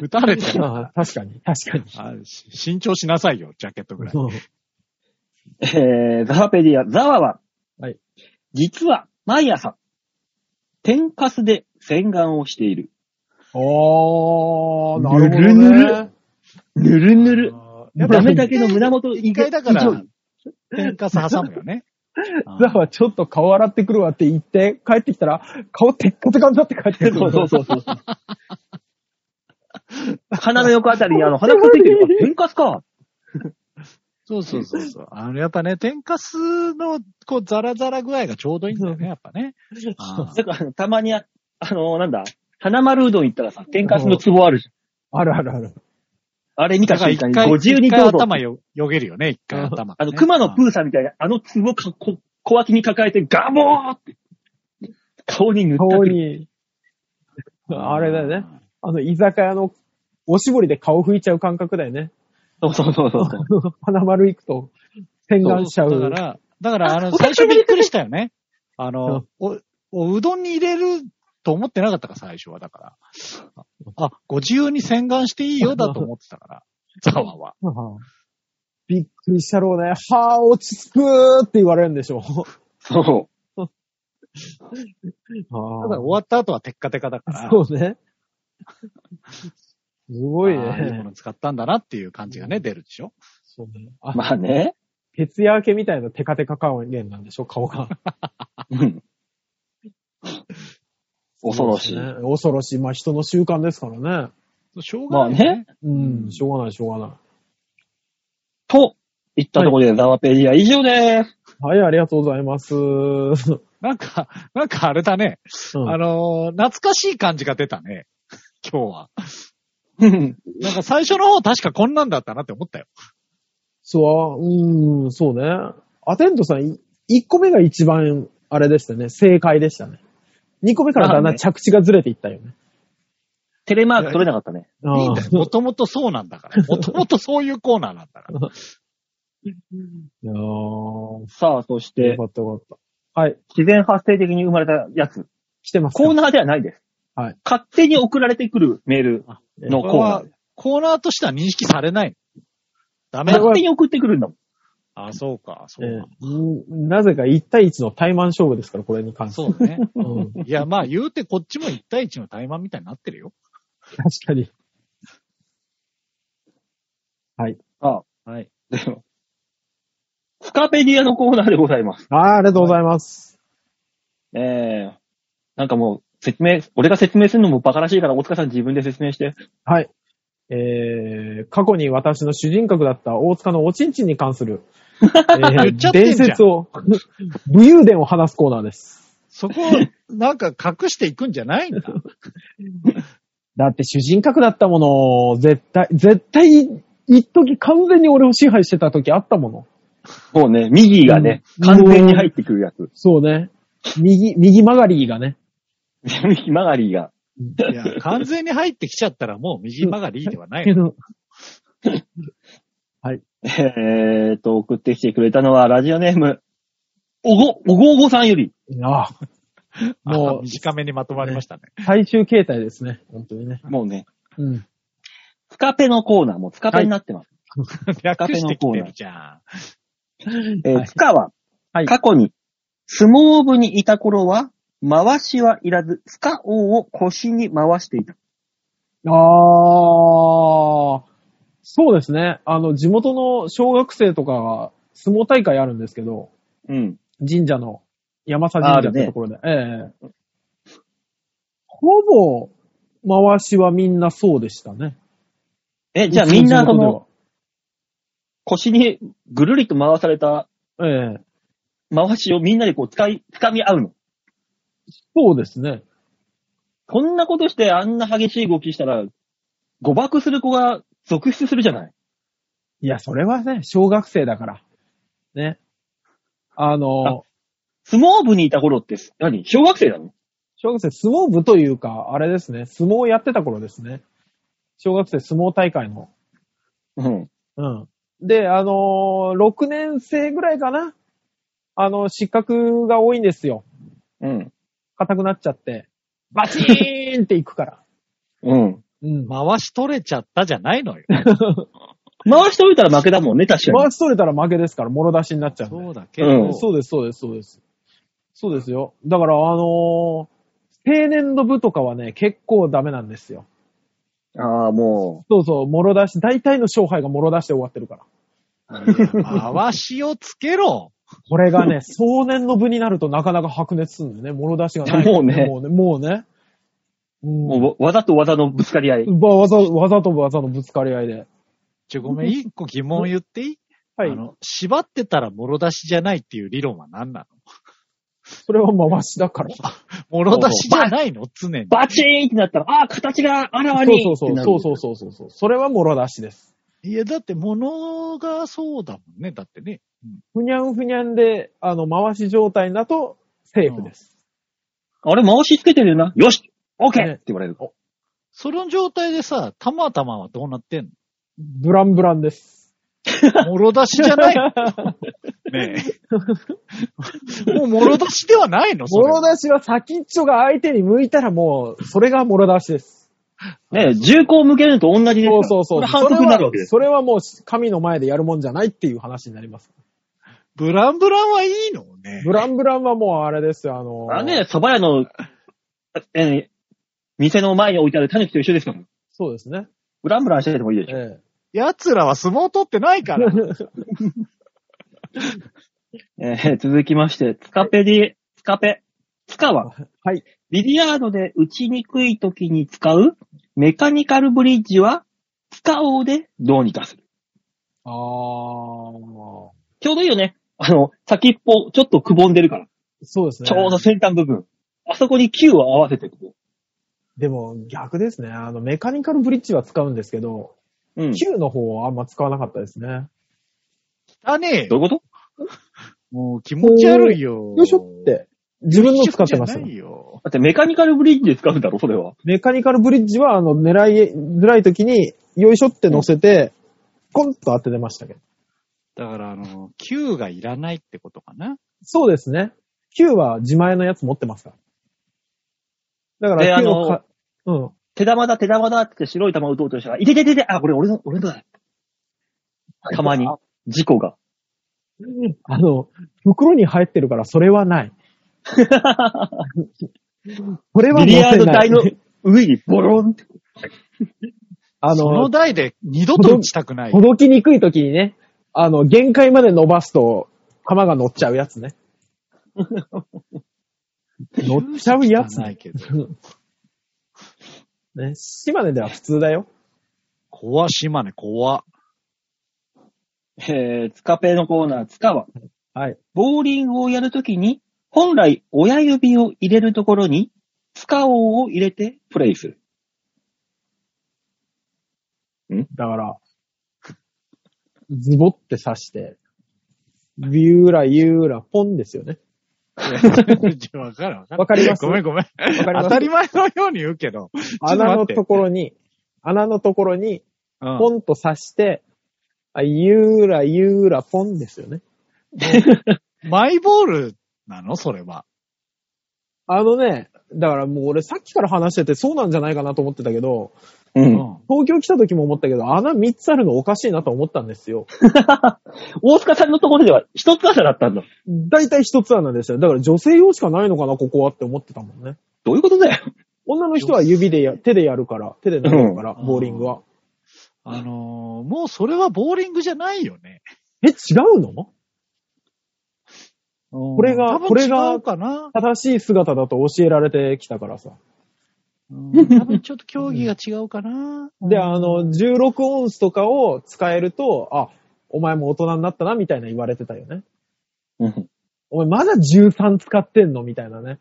S4: 撃たれても
S3: ああ確かに、確かに。
S4: あし慎重しなさいよ、ジャケットぐらい。
S3: うん
S2: えー、ザワペディア、ザワは、
S3: はい
S2: 実は、毎朝、天かすで洗顔をしている。
S3: あー、なるほど、ね。
S2: ぬるぬるぬるぬる。
S3: あーやっぱ
S2: ダメだけの胸元以
S4: 一回だから、天かす挟むよね。
S3: ザはちょっと顔洗ってくるわって言って、帰ってきたら、顔テッカテカになって帰ってく
S2: 以上
S3: る。
S2: そうそうそう
S4: (laughs)
S2: そう。鼻の横あたりにあの、鼻くっついてる
S4: (laughs)
S2: から、天かすか。
S4: そうそうそう
S2: (laughs)
S4: そう。あの、やっぱね、天かすの、こう、ザラザラ具合がちょうどいいんだよね、やっぱ
S2: (laughs)
S4: ね。あー
S2: だから、たまにあ、あのなんだ、花丸うどん行ったらさ、天かすの壺あるじゃん。
S3: あるあるある。
S2: あれ見た
S4: だから
S2: 瞬
S4: 一
S2: 間に
S4: 回、
S2: 52頭
S4: 一回
S2: 頭
S4: 頭よ、よげるよね、一回頭、
S2: あの、熊のプーさんみたいな、あの壺かこ小脇に抱えてガボーって、顔に塗った
S3: 顔
S2: くる。
S3: に、あれだよね。。あの、居酒屋の、おしぼりで顔拭いちゃう感覚だよね。
S2: そうそうそうそうそう。
S3: 花丸行くと、洗
S4: そう
S3: 顔しちゃう。
S4: だから、だから、あ
S2: あ
S4: の、
S2: お
S4: 最
S2: 客さ
S4: 初
S2: んが
S4: びっくりしたよね。あの、お、おうどんに入れると思ってなかったか、最初は。だから。あ、ご自由に洗顔していいよ、だと思ってたから。ざわは。
S3: ああびっくりしたろうね。はあ、落ち着くーって言われるんで (laughs) しょ。
S2: そう。
S4: ただ終わった後はテッカテカだから。
S3: そうね。 (laughs) すごい
S4: あーいいも
S3: ね。
S4: の使ったんだなっていう感じがね、出るでしょ。
S3: そうねあ、
S2: まあね。
S3: 徹夜明けみたいなテカテカ関連なんでしょ、顔が。
S2: うん。恐ろしい。
S3: ね恐ろしい。まあ人の習慣ですからね。
S4: しょうがない、ね。
S2: まあね
S3: うん、
S4: うん
S3: しょうがない、しょうがない。
S2: と、いったところで、ザワペディア以上でーす。
S3: はい、ありがとうございます。うん
S4: なんか、なんかあれだね。あのー懐かしい感じが出たね。 (laughs) 今日は。なんか最初の方確かこんなんだったなって思ったよ。
S3: そう、うん、そうね。アテンドさん、い1個目が一番、あれでしたね。正解でしたね。2個目からだん
S2: まあ
S3: だん
S2: ね
S3: 着地がずれていったよね。
S2: テレマーク取れなかったね。
S4: いいん
S3: あ
S4: だよ。もともとそうなんだ (laughs) から。もともとそういうコーナーなんだから。
S3: あよ
S2: さあ、そして
S3: か、ったよかった。はい、
S2: 自然発生的に生まれたやつ。
S3: 来てますか。
S2: コーナーではないです。
S3: はい
S2: 勝手に送られてくるメールの
S4: こ
S2: コー
S4: れ
S2: ナ
S4: は
S2: ー。
S4: コーナーとしては認識されない。ダメ
S3: これは
S2: 勝手に送ってくるんだもん。
S4: あ、そうか、そ
S3: え
S4: うか。
S3: えうんなぜか1対1の対マン勝負ですから、これに関して
S4: そうね。
S3: は。うん、確
S4: いや、まあ言うてこっちも1対1の対マンみたいになってるよ。
S3: かに。
S4: はい。
S2: でもスカペディアのコーナーでございます。
S3: ああ、ありがとうございます。
S2: ええなんかもう、説明、俺が説明するのもバカらしいから、大塚さん自分で説明して。
S3: はい。えー、過去に私の主人格だった大塚のおちんちんに関す
S4: (laughs)
S3: る、えー
S4: 言っちゃって
S3: 伝
S4: んじゃん
S3: 説を、 (laughs) 武勇伝を話すコーナーです。
S4: そこ、 (laughs) なんか隠していくんじゃないんだ。
S3: だって主人格だったもの、絶対、絶対、一時完全に俺を支配してた時あったもの。
S2: もうね、右がね、
S3: うん
S2: 完全に入ってくるやつ。
S3: そうね。右、右曲がりがね。
S2: 右曲がりが。
S4: いや、完全に入ってきちゃったらもう右曲がりではない
S3: け
S4: よ。
S3: ど、
S2: えーっと、送ってきてくれたのは、ラジオネーム、おご、おごおごさんより。
S3: (laughs) ああ、も
S4: (laughs) も
S3: う
S4: う短めにまとまりました (laughs) ね。
S3: 最終形態ですね。本当にね。
S2: もうね、
S3: うん。
S2: スカペのコーナー、もうスカペになってます。
S4: 略してきてるじゃ
S2: えー
S3: はい
S2: スカは、
S3: はい
S2: 過去に、相撲部にいた頃は、回しはいらず、スカ王を腰に回していた。
S3: ああ、そうですね。あの、地元の小学生とかが相撲大会あるんですけど、
S2: うん。
S3: 神社の、山佐神社ってところで。ええほぼ、回しはみんなそうでしたね。
S2: え、じゃあ
S3: うち
S2: みんな
S3: 地
S2: そ
S3: 元では
S2: の、腰にぐるりと回された
S3: ええ
S2: 回しをみんなでこう使い、掴み合うの。
S3: そうですね。
S2: こんなことしてあんな激しい動きしたら、誤爆する子が続出するじゃない。
S3: いや、それはね、小学生だから。ね。あの、
S2: 相撲部にいた頃って、何小学生なの
S3: 小学生相撲部というか、あれですね、相撲をやってた頃ですね。小学生相撲大会の。
S2: うん。
S3: うん。で、あのー、6年生ぐらいかなあの、失格が多いんですよ。
S2: うん。
S3: 硬くなっちゃって、バチーンっていく (laughs) から。
S2: うん。
S3: うん。
S4: 回し取れちゃったじゃない (laughs) のよ。
S2: 回しておいたら負けだもんね、確か
S3: 回し取れたら負けですから、もろ出しになっちゃうんで。
S4: そうだけど、
S2: うん
S3: そうです、そうです、そうです。そうですよ。だから、あのー青年度部とかはね、結構ダメなんですよ。
S2: に。ああ、も
S3: そうそう、もろ出し、大体の勝敗がもろ出して終わってるか
S2: (laughs)
S3: ら。
S4: 回しをつけろ。
S3: これが (laughs) ね、少年の部になるとなかなか白熱するんだよね。もろ出しがない。
S2: もうね
S3: もうね。もうね。
S2: う、
S3: も
S2: もうわざと技のぶつかり合い。
S3: うわわざ、わざとわざのぶつかり合いで。
S4: ちょ、ごめん、一個疑問言って (laughs) いい、
S3: はい
S4: あ。の、縛ってたらもろ出しじゃないっていう理論は何な
S3: それは回しだから。
S4: のもろ出しじゃないの常に。
S2: バチーンってなったら、ああ、形があらわ
S3: そう
S2: に。
S3: そうそう。そうそううそうそうそう。それはもろ出しです。
S4: いや、だって物がそうだもんね。だってね。
S3: ふにゃんふにゃんで、あの、回し状態だと、セーフです。
S2: あれ、回しつけてるよな。よしオッケー
S3: ね
S2: って言われる。
S4: その状態でさ、たまたまはどうなってん
S3: ブランブランです。
S4: の (laughs) もろ出しじゃないの (laughs) ねえ。もうもろ出しではないのそ
S3: (laughs) も
S4: れ
S3: ろ出しは先っちょが相手に向いたらもう、それがもろ出しです。
S2: ね銃口を向けるのと同じですか
S3: そ
S2: ら。
S3: うそうそう。
S2: これ反則になるわけです。
S3: それはそれはもう、神の前でやるもんじゃないっていう話になります。
S4: ブランブランはいいのね。
S3: ブランブランはもうあれですよ、あのー
S2: あれね、蕎麦屋の、えー、店の前に置いてあるタヌキと一緒ですから。
S3: そうですね。
S2: ブランブランしててもいいでしょ。
S3: え (laughs)
S4: 奴らは相撲取ってないから。
S2: えー続きまして、つかぺり、つかぺ。つかは、
S3: はい。
S2: ビリヤードで打ちにくい時に使うメカニカルブリッジは、使おうでどうにかする。
S3: あー。
S2: ちょうどいいよね。あの、先っぽ、ちょっとくぼんでるから。
S3: そうですね。
S2: ちょうど先端部分。あそこに Q を合わせてこ
S3: でも逆ですね。あの、メカニカルブリッジは使うんですけど、
S2: う。うん。ど
S3: Q の方はあんま使わなかったですね。
S4: だね
S2: ういうこと
S4: もう気持ち悪いよ。
S3: よいしょって、自分の使ってました
S4: よ
S3: よ
S4: いしょじゃないよ。
S2: だってメカニカルブリッジで使うんだろ、それは。
S3: メカニカルブリッジは、あの、狙い、狙い時に、よいしょって乗せて、コンと当ててましたけど。
S4: だから、あの、Q がいらないってことかな。
S3: そうですね。Q は自前のやつ持ってますから。だか
S2: で
S3: ら
S2: あ
S3: Q
S2: の
S3: をか、うん。
S2: 手玉だ、手玉だって白い玉打とうとしたら、いてててて、あ、これ俺の、俺のだ。たまに、事故 (laughs) が。
S3: あの、袋に入ってるから、それはない。これは
S2: ビ
S3: 持
S2: リ
S3: て
S2: ヤ
S3: ない。
S2: ード台の上にボロンって。
S3: (laughs) あ
S4: その
S3: の、
S4: 台で二度と打ちたくない。
S3: 届きにくい時にね、あの、限界まで伸ばすと、弾が乗っちゃうやつ (laughs) ね。乗っちゃうやつ
S4: じゃな
S3: ね
S4: い。けど。
S3: ね、島根では普通だよ。
S4: 怖、島
S3: (laughs)
S4: 根、怖。
S2: えー、つかぺのコーナー、つかは、
S3: はい。
S2: ボーリングをやるときに、本来親指を入れるところに、つかおを入れてプレイする。
S3: だから、ズボって刺して、ビューラ、ユーラ、ポンですよ (laughs) ね。
S4: わかるわかる。
S3: わかります
S4: ごめんごめん。
S3: わかります
S4: 当たり前のように言うけど。
S3: 穴のところに、穴のところに、
S4: うん
S3: ポンと刺して、あユーラ、ユーラ、ポンですよね。
S4: マイボールなのそれは。
S3: あのね、だからもう俺さっきから話しててそうなんじゃないかなと思ってたけど、
S2: う。
S4: うんん。
S3: 東京来た時も思ったけど、穴3つあるのおかしいなと思ったんですよ。
S2: 大塚さんのところでは一つ朝だったんだ。
S3: 大体1つ穴でしたよ。だから女性用しかないのかな、ここはって思ってたもんね。
S2: どういうことだよ。
S3: 女の人は指でや、手でやるから、手で投げるから、
S4: うん
S3: ボーリングは。
S4: あのーもうそれはボーリングじゃないよね。
S3: え、違うの
S4: こ
S3: これがこれが
S4: かな。
S3: 正しい姿だと教えられてきたからさ。
S4: うん多分ちょっと競技が違うかな。
S3: で、あの、16オンスとかを使えると、あ、お前も大人になったな、みたいな言われてたよね。
S2: うん。
S3: お前まだ13使ってんのみたいなね。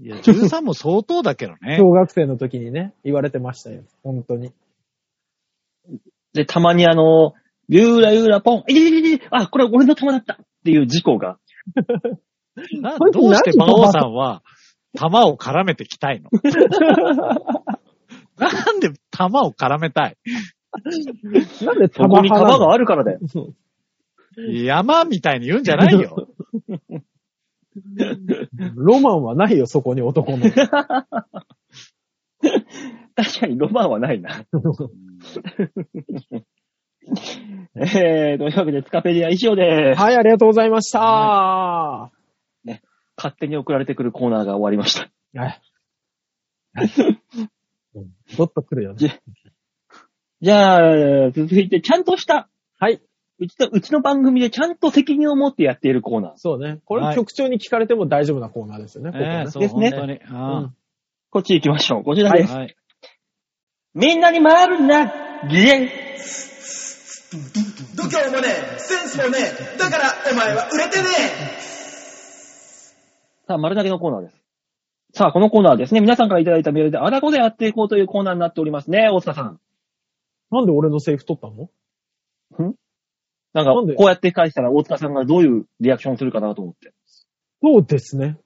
S4: いや、13も相当だけどね。
S3: 小学生の時にね、言われてましたよ。本当に。
S2: で、たまにあの、ゆーらゆーらポン、いてててて、あ、これ俺の玉だったっていう事故が。
S4: な
S3: こいつ
S4: どうして馬
S3: 何
S4: 王さんは、玉を絡めてきた (laughs) いのなんで玉を絡めたい
S3: なんで
S2: そこ
S3: 玉
S2: に
S3: 派
S2: 玉
S3: なの
S2: があるからだよ。
S4: (laughs) 山みたいに言うんじゃないよ。
S3: ロマンはないよ、そこに男の。
S2: 確かにロマンはないな。えー、というわけで、スカペディア以上です。
S3: はい、ありがとうございました。
S2: 勝手に送られてくるコーナーが終わりました。
S3: はい。 (laughs) うんドッと来るよね。
S2: じゃあ、続いて、ちゃんとした。
S3: はい。
S2: うちと、うちの番組でちゃんと責任を持ってやっているコーナー。
S3: そうね。これ
S4: はい
S3: 局長に聞かれても大丈夫なコーナーですよね、ここは
S4: え
S3: ね
S4: え、そう、
S2: ですね
S4: 本当に。あ
S2: こっち行きましょう。こち
S4: あ
S2: らです。
S4: はい。
S2: みんなに回るんだギエ
S1: 度胸もねえ、センスもねえ、だからお前は売れてね
S2: さあ、丸投げのコーナーです。さあ、このコーナーはですね、皆さんからいただいたメールで、あらこでやっていこうというコーナーになっておりますね、大塚さん。
S3: なんで俺のセリフ取ったの
S2: なんか、
S3: なんで
S2: こうやって返したら大塚さんがどういうリアクションするかなと思って。
S3: そうですね。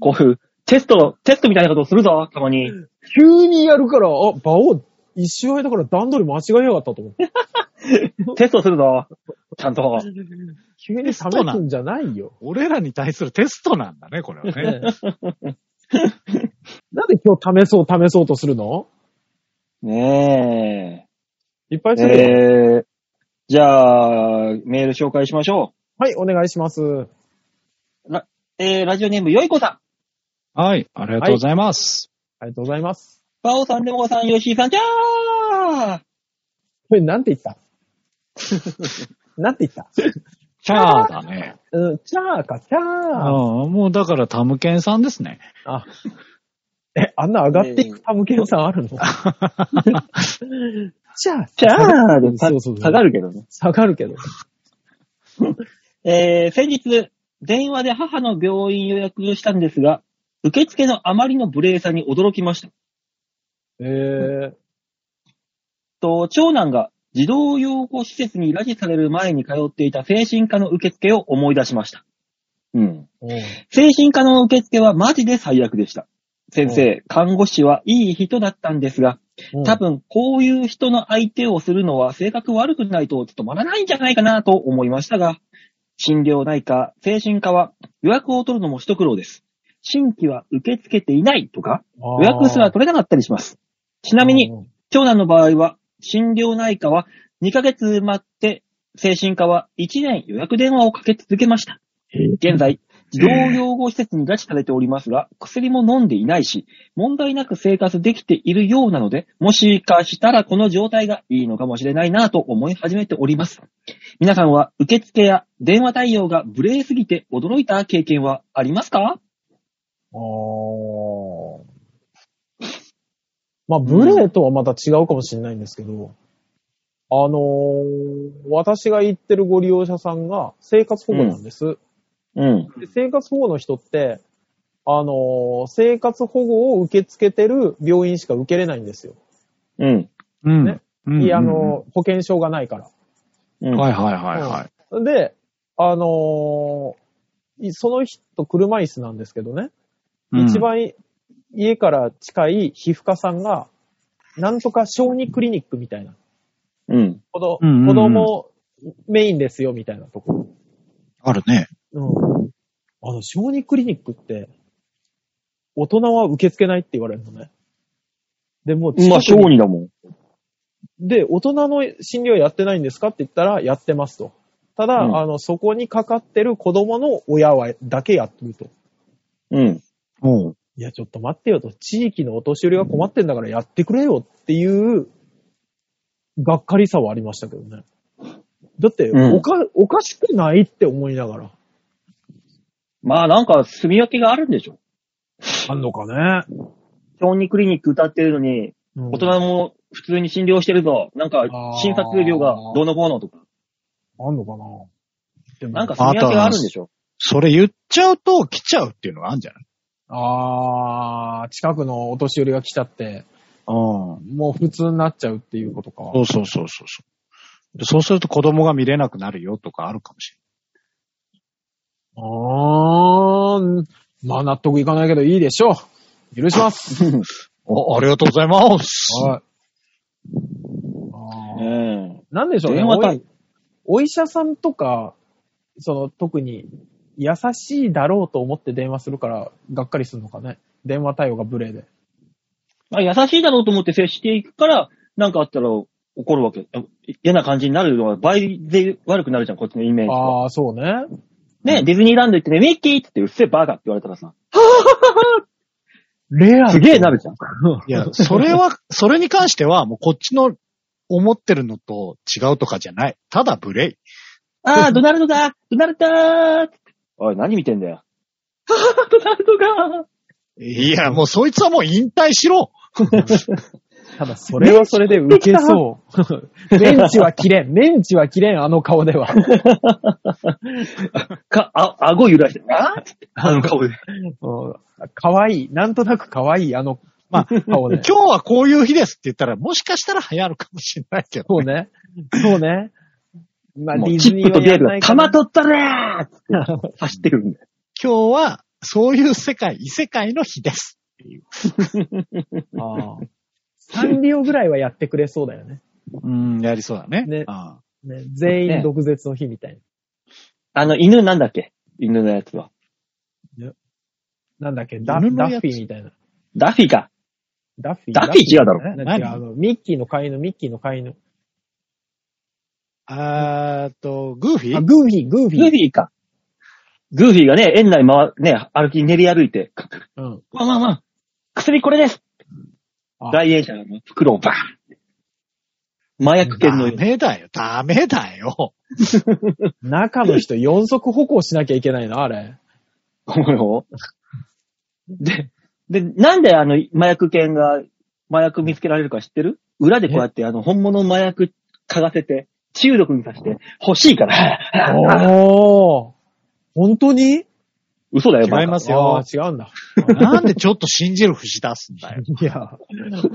S2: ここういう、テスト、テストみたいなことをするぞ、たまに。
S3: 急にやるから、あ、馬王、一周間だから段取り間違えやがったと思って。
S2: テストするぞ、ちゃんと。
S3: 急に冷めくんじゃないよ。
S4: 俺らに対するテストなんだね、これはね。
S3: (laughs) なんで今日試そう試そうとするの
S2: ね
S3: いっぱい
S2: え。
S3: する
S2: え
S3: よ。
S2: ー、じゃあ、メール紹介しましょ
S3: はい、お願いします。は
S2: う。えー、ラジオネーム、よいこさん。
S4: はい、ありがとうございます。
S3: ありがとうございます。
S2: バオさん、デモカさん、ヨッシーさん、じゃー
S3: これ、なんて言った
S2: (laughs)
S3: なんて言った
S4: チャーだね。
S3: うん、チャーか、チャ
S4: うん、
S3: ー。
S4: もうだからタムケンさんですね。
S3: あ、え、あんな上がっていくタムケンさんあるの (laughs) チャー、
S2: じゃあ、でも
S3: そうそうそう
S2: 下がるけどね。
S3: 下がるけど。
S2: えー、先日、電話で母の病院予約をしたんですが、受付のあまりの無礼さに驚きました。
S3: えー、
S2: と、長男が児童養護施設に拉致される前に通っていた精神科の受付を思い出しました。うん。
S3: おう
S2: 精神科の受付はマジで最悪でした。先生、看護師はいい人だったんですが、
S3: うん
S2: 多分こういう人の相手をするのは性格悪くないと務まらないんじゃないかなと思いましたが、診療内科、精神科は予約を取るのも一苦労です。新規は受け付けていないとか、予約すら取れなかったりします。ちなみに、
S3: うん
S2: 長男の場合は、診療内科は2ヶ月待って、精神科は1年予約電話をかけ続けました。現在、児童養護施設に拉致されておりますが、薬も飲んでいないし、問題なく生活できているようなので、もしかしたらこの状態がいいのかもしれないなぁと思い始めております。皆さんは受付や電話対応が無礼すぎて驚いた経験はありますか
S3: あーまあ、無礼とはまた違うかもしれないんですけど、あのー私が行ってるご利用者さんが生活保護なんです。
S2: うん。
S3: で生活保護の人って、あのー生活保護を受け付けてる病院しか受けれないんですよ。
S2: うん。
S4: うん。
S3: ね
S4: うん
S3: いや、あのー保険証がないから。
S2: う
S4: うん
S2: ん。
S4: はいはいはいはい。
S3: で、あのーいその人、車椅子なんですけどね、
S4: うん
S3: 一、番い家から近い皮膚科さんが、なんとか小児クリニックみたいな、
S2: うん。
S3: 子ど
S4: うんうんうん
S3: 子供メインですよみたいなとこ
S4: あるね。
S3: ろ。うん。あの、小児クリニックって、大人は受け付けないって言われるのね。で、もう近くに
S2: まあ、小児だもん。
S3: で、大人の診療やってないんですかって言ったら、やってますと。ただ、
S2: うん
S3: あの、そこにかかってる子供の親は、だけやってると。
S2: うん。
S4: おう
S3: いや、ちょっと待ってよと。地域のお年寄りが困ってんだからやってくれよっていう、がっかりさはありましたけどね。だって、
S2: うん
S3: おか、おかしくないって思いながら。
S2: まあ、なんか、住み分けがあるんでしょ。
S3: あんのかね。
S2: 小児クリニック歌ってるのに、
S3: うん
S2: 大人も普通に診療してるぞ。なんか
S3: あー、
S2: 診察料がどうのこうのとか。
S3: あんのかな。でも
S2: なんか、住み分けがあるんでしょ。
S4: それ言っちゃうと来ちゃうっていうのがあるんじゃない
S3: あー、近くのお年寄りが来ちゃって、
S4: うん。
S3: もう普通になっちゃうっていうことか。
S4: そうそうそうそうそう。でそうすると子供が見れなくなるよとかあるかもし
S3: あー、まあ納得いかないけどいいでしょう。許します。
S4: れない。お、ありがとうございます。
S3: はい。
S2: うん。
S3: なんでしょうね。
S2: 電話
S3: お
S2: 対
S3: いお医者さんとか、その、特に、優しいだろうと思って電話するから、がっかりするのかね。電話対応が無礼で。
S2: あ優しいだろうと思って接していくから、なんかあったら怒るわけ。あ嫌な感じになるのは倍で悪くなるじゃん、こっちのイメージが。
S3: ああ、そうね。
S2: ね、ディズニーランド行ってね、ミッキーって言って、うっせえバーガーって言われたらさ、
S3: レア
S2: すげえなるじゃん。
S4: いや、それは、 (laughs) それに関しては、もうこっちの思ってるのと違うとかじゃない。ただ無礼。
S2: (laughs) あー、ドナルドだドナルドだーおい、何見てんだよ。 (laughs) ドナルドがー
S4: いや、もうそいつはもう引退しろ。
S3: ただ、それはそれで受け
S2: (laughs)
S3: そう。メンチは切れん。メンチは切れん、あの顔では。
S2: か、あ、顎揺らして、あーつってあの顔で。
S3: うんかわいい。なんとなくかわいい、あの
S4: まあ、
S3: 顔で
S2: (laughs)
S4: (laughs) 今。日はこういう日ですって言ったら、もしかしたら流行るかもしれないけど。
S3: そうね。そうね。まあ、
S2: も
S3: デ
S2: う
S3: ィ
S2: チ
S3: ズ
S2: ッ
S3: ニ
S2: プ
S3: ー
S2: と
S3: は
S2: デ
S3: や
S2: ー
S3: ん
S2: ル
S3: な
S2: が、
S3: いか
S2: 弾
S3: な
S2: 取ったねーっつって走ってくるんだよ。
S4: 今日は、そういう世界、異世界の日です。
S3: ああサンリオぐらいはやってくれそうだよね。
S4: うん、やりそうだね。
S3: ね
S4: ああ
S3: ね全員毒舌の日みたいな。
S2: あの、犬なんだっけ犬のやつは。
S3: なんだっけダダ
S4: 犬のや
S3: ッ
S4: つ
S3: フィーみたいな。
S2: ダッフィーか。
S3: ダッフィー
S2: ダッフィー違うだろ。
S3: ね
S4: 何
S3: 違うあの、ミッキーの飼い犬、ミッキーの飼い犬。
S4: あーっと、グーフィ
S3: あ、
S4: ー
S3: グーフィー、グー
S2: グ
S3: フ
S2: ー
S3: ィー
S2: フ。ィーか。グーフィーがね、園内回、ね、歩き、練り歩いて、
S3: うん。
S2: まあまあまあ、薬これです
S3: あ
S2: 来園者の袋をバーン麻薬犬の
S4: ダメだよ、ダメだよ。
S3: 中の人四足歩行しなきゃいけないな、あれ。
S2: を。で、で、なんであの麻薬犬が麻薬見つけられるか知ってる裏でこうやってあの本物の麻薬嗅がせて、中毒にさせて、欲しいから。
S3: おー。本当に
S2: 嘘だよ、
S4: 違います
S3: あ
S4: よ
S3: あ。ー、違うんだ。
S4: (laughs) なんでちょっと信じる節出すんだよ。
S3: いや、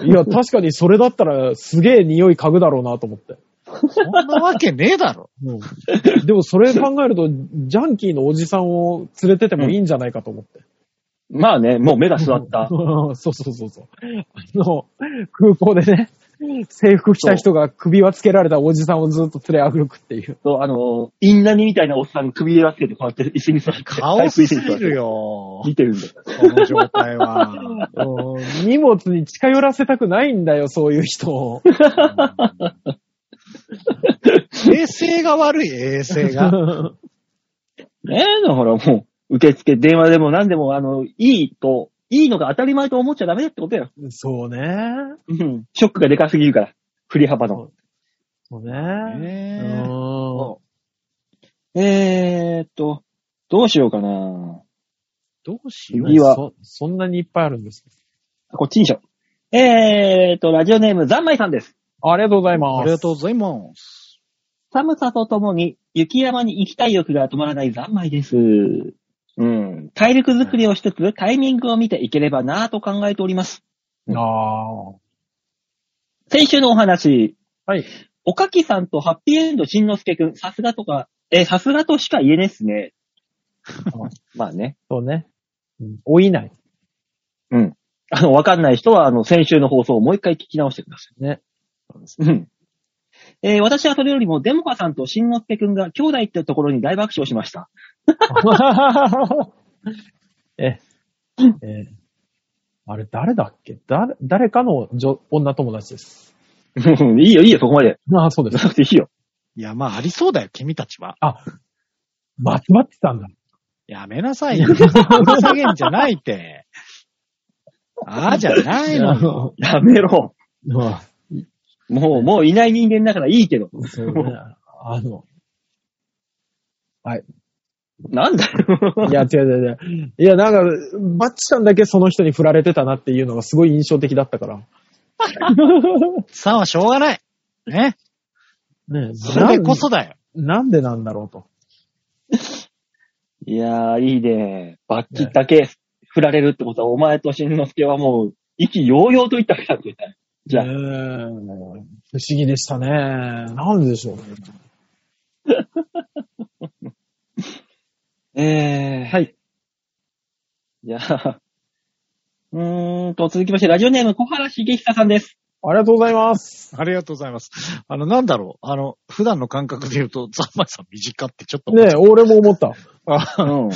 S3: いや、確かにそれだったらすげえ匂い嗅ぐだろうなと思って。
S4: そんなわけねえだろ。
S3: うん、でもそれ考えると、ジャンキーのおじさんを連れててもいいんじゃないかと思って。
S2: まあね、もう目が座った。
S3: (laughs) そうそうそうそう。あの、空港でね、制服着た人が首輪つけられたおじさんをずっと連れ歩くっていう。
S2: そうあの、インナニみたいなおっさんが首でつけてこうやって椅子に座って。
S4: カオスすぎるよ。
S2: 見てるんだよ。
S4: この状
S3: (laughs)
S4: 態は。
S3: うん荷物に近寄らせたくないんだよ、そういう人を。
S4: 衛生が悪い、衛生が。
S2: ねえ、だからもう、受付、電話でも何でも、あの、いいと、いいのが当たり前と思っちゃダメだってことよ。
S3: (laughs) そうね。
S2: うん。ショックがでかすぎるから。振り幅の。
S3: そうね。う
S4: ねえ
S3: ん
S2: えーっと、どうしようかな
S4: どうしよ
S2: 次は
S3: そそんなにいっぱいあるんです。
S2: こっちにしよう。えーっと、ラジオネーム、ざんまいさんです。
S3: ありがとうございます。
S4: う。ありがとうございます。
S2: 寒さとともに、雪山に行きたい欲が止まらないざんまいです。うん。体力づくりをしつつ、タイミングを見ていければなぁと考えております。
S3: あ
S2: 先週のお話。
S3: はい。
S2: おかきさんとハッピーエンドしんのすけくん、さすがとか、え、さすがとしか言えねっすね。まあね。
S3: あ、そうね。うん老いない。
S2: あの、わかんない人は、あの、先週の放送をもう一回聞き直してください。
S3: ね。
S2: うん。えー私はそれよりも、デモカさんとしんのすけくんが兄弟ってところに大爆笑しました。
S3: (laughs) え、え、あれ誰だっけ誰、誰かの女女友達です。
S2: (laughs) いいよ、いいよ、そこまで。 (laughs)
S3: ああ、そうで
S2: な
S3: す。
S2: くていいよ。
S4: いや、まあ、ありそうだよ、君たちは。
S3: 松松さんだ。
S4: やめなさいよ。掘り下げんじゃないって。ああ、じゃないのよ。
S2: やめろ。
S3: うん
S2: もう、もういない人間だからいいけど。
S3: そうね。あの、
S2: なんだよ。
S3: いや、違う違う違う。いや、なんか、バッチさんだけその人に振られてたなっていうのがすごい印象的だった
S4: (laughs)
S3: から。
S4: さんはしょうがない。ね。
S3: ね
S4: それこそだよ。
S3: なんでなんだろうと。
S2: (laughs) いやー、いいね。バッキだけ振られるってことは、お前としんのすけはもう、意気揚々と言ったわけだって言ったよじゃあ
S3: ねえ不思議でしたね。なんででしょうね。
S2: えー、はい。 (laughs) じゃあ、うーんと、続きまして、ラジオネーム、小原茂久さんです。
S3: ありがとうございます。
S4: ありがとうございます。あの、なんだろう。あの、普段の感覚で言うと、ザンマイさん短ってちょっと。
S3: ねえ、俺も思った。
S4: あ
S2: うん。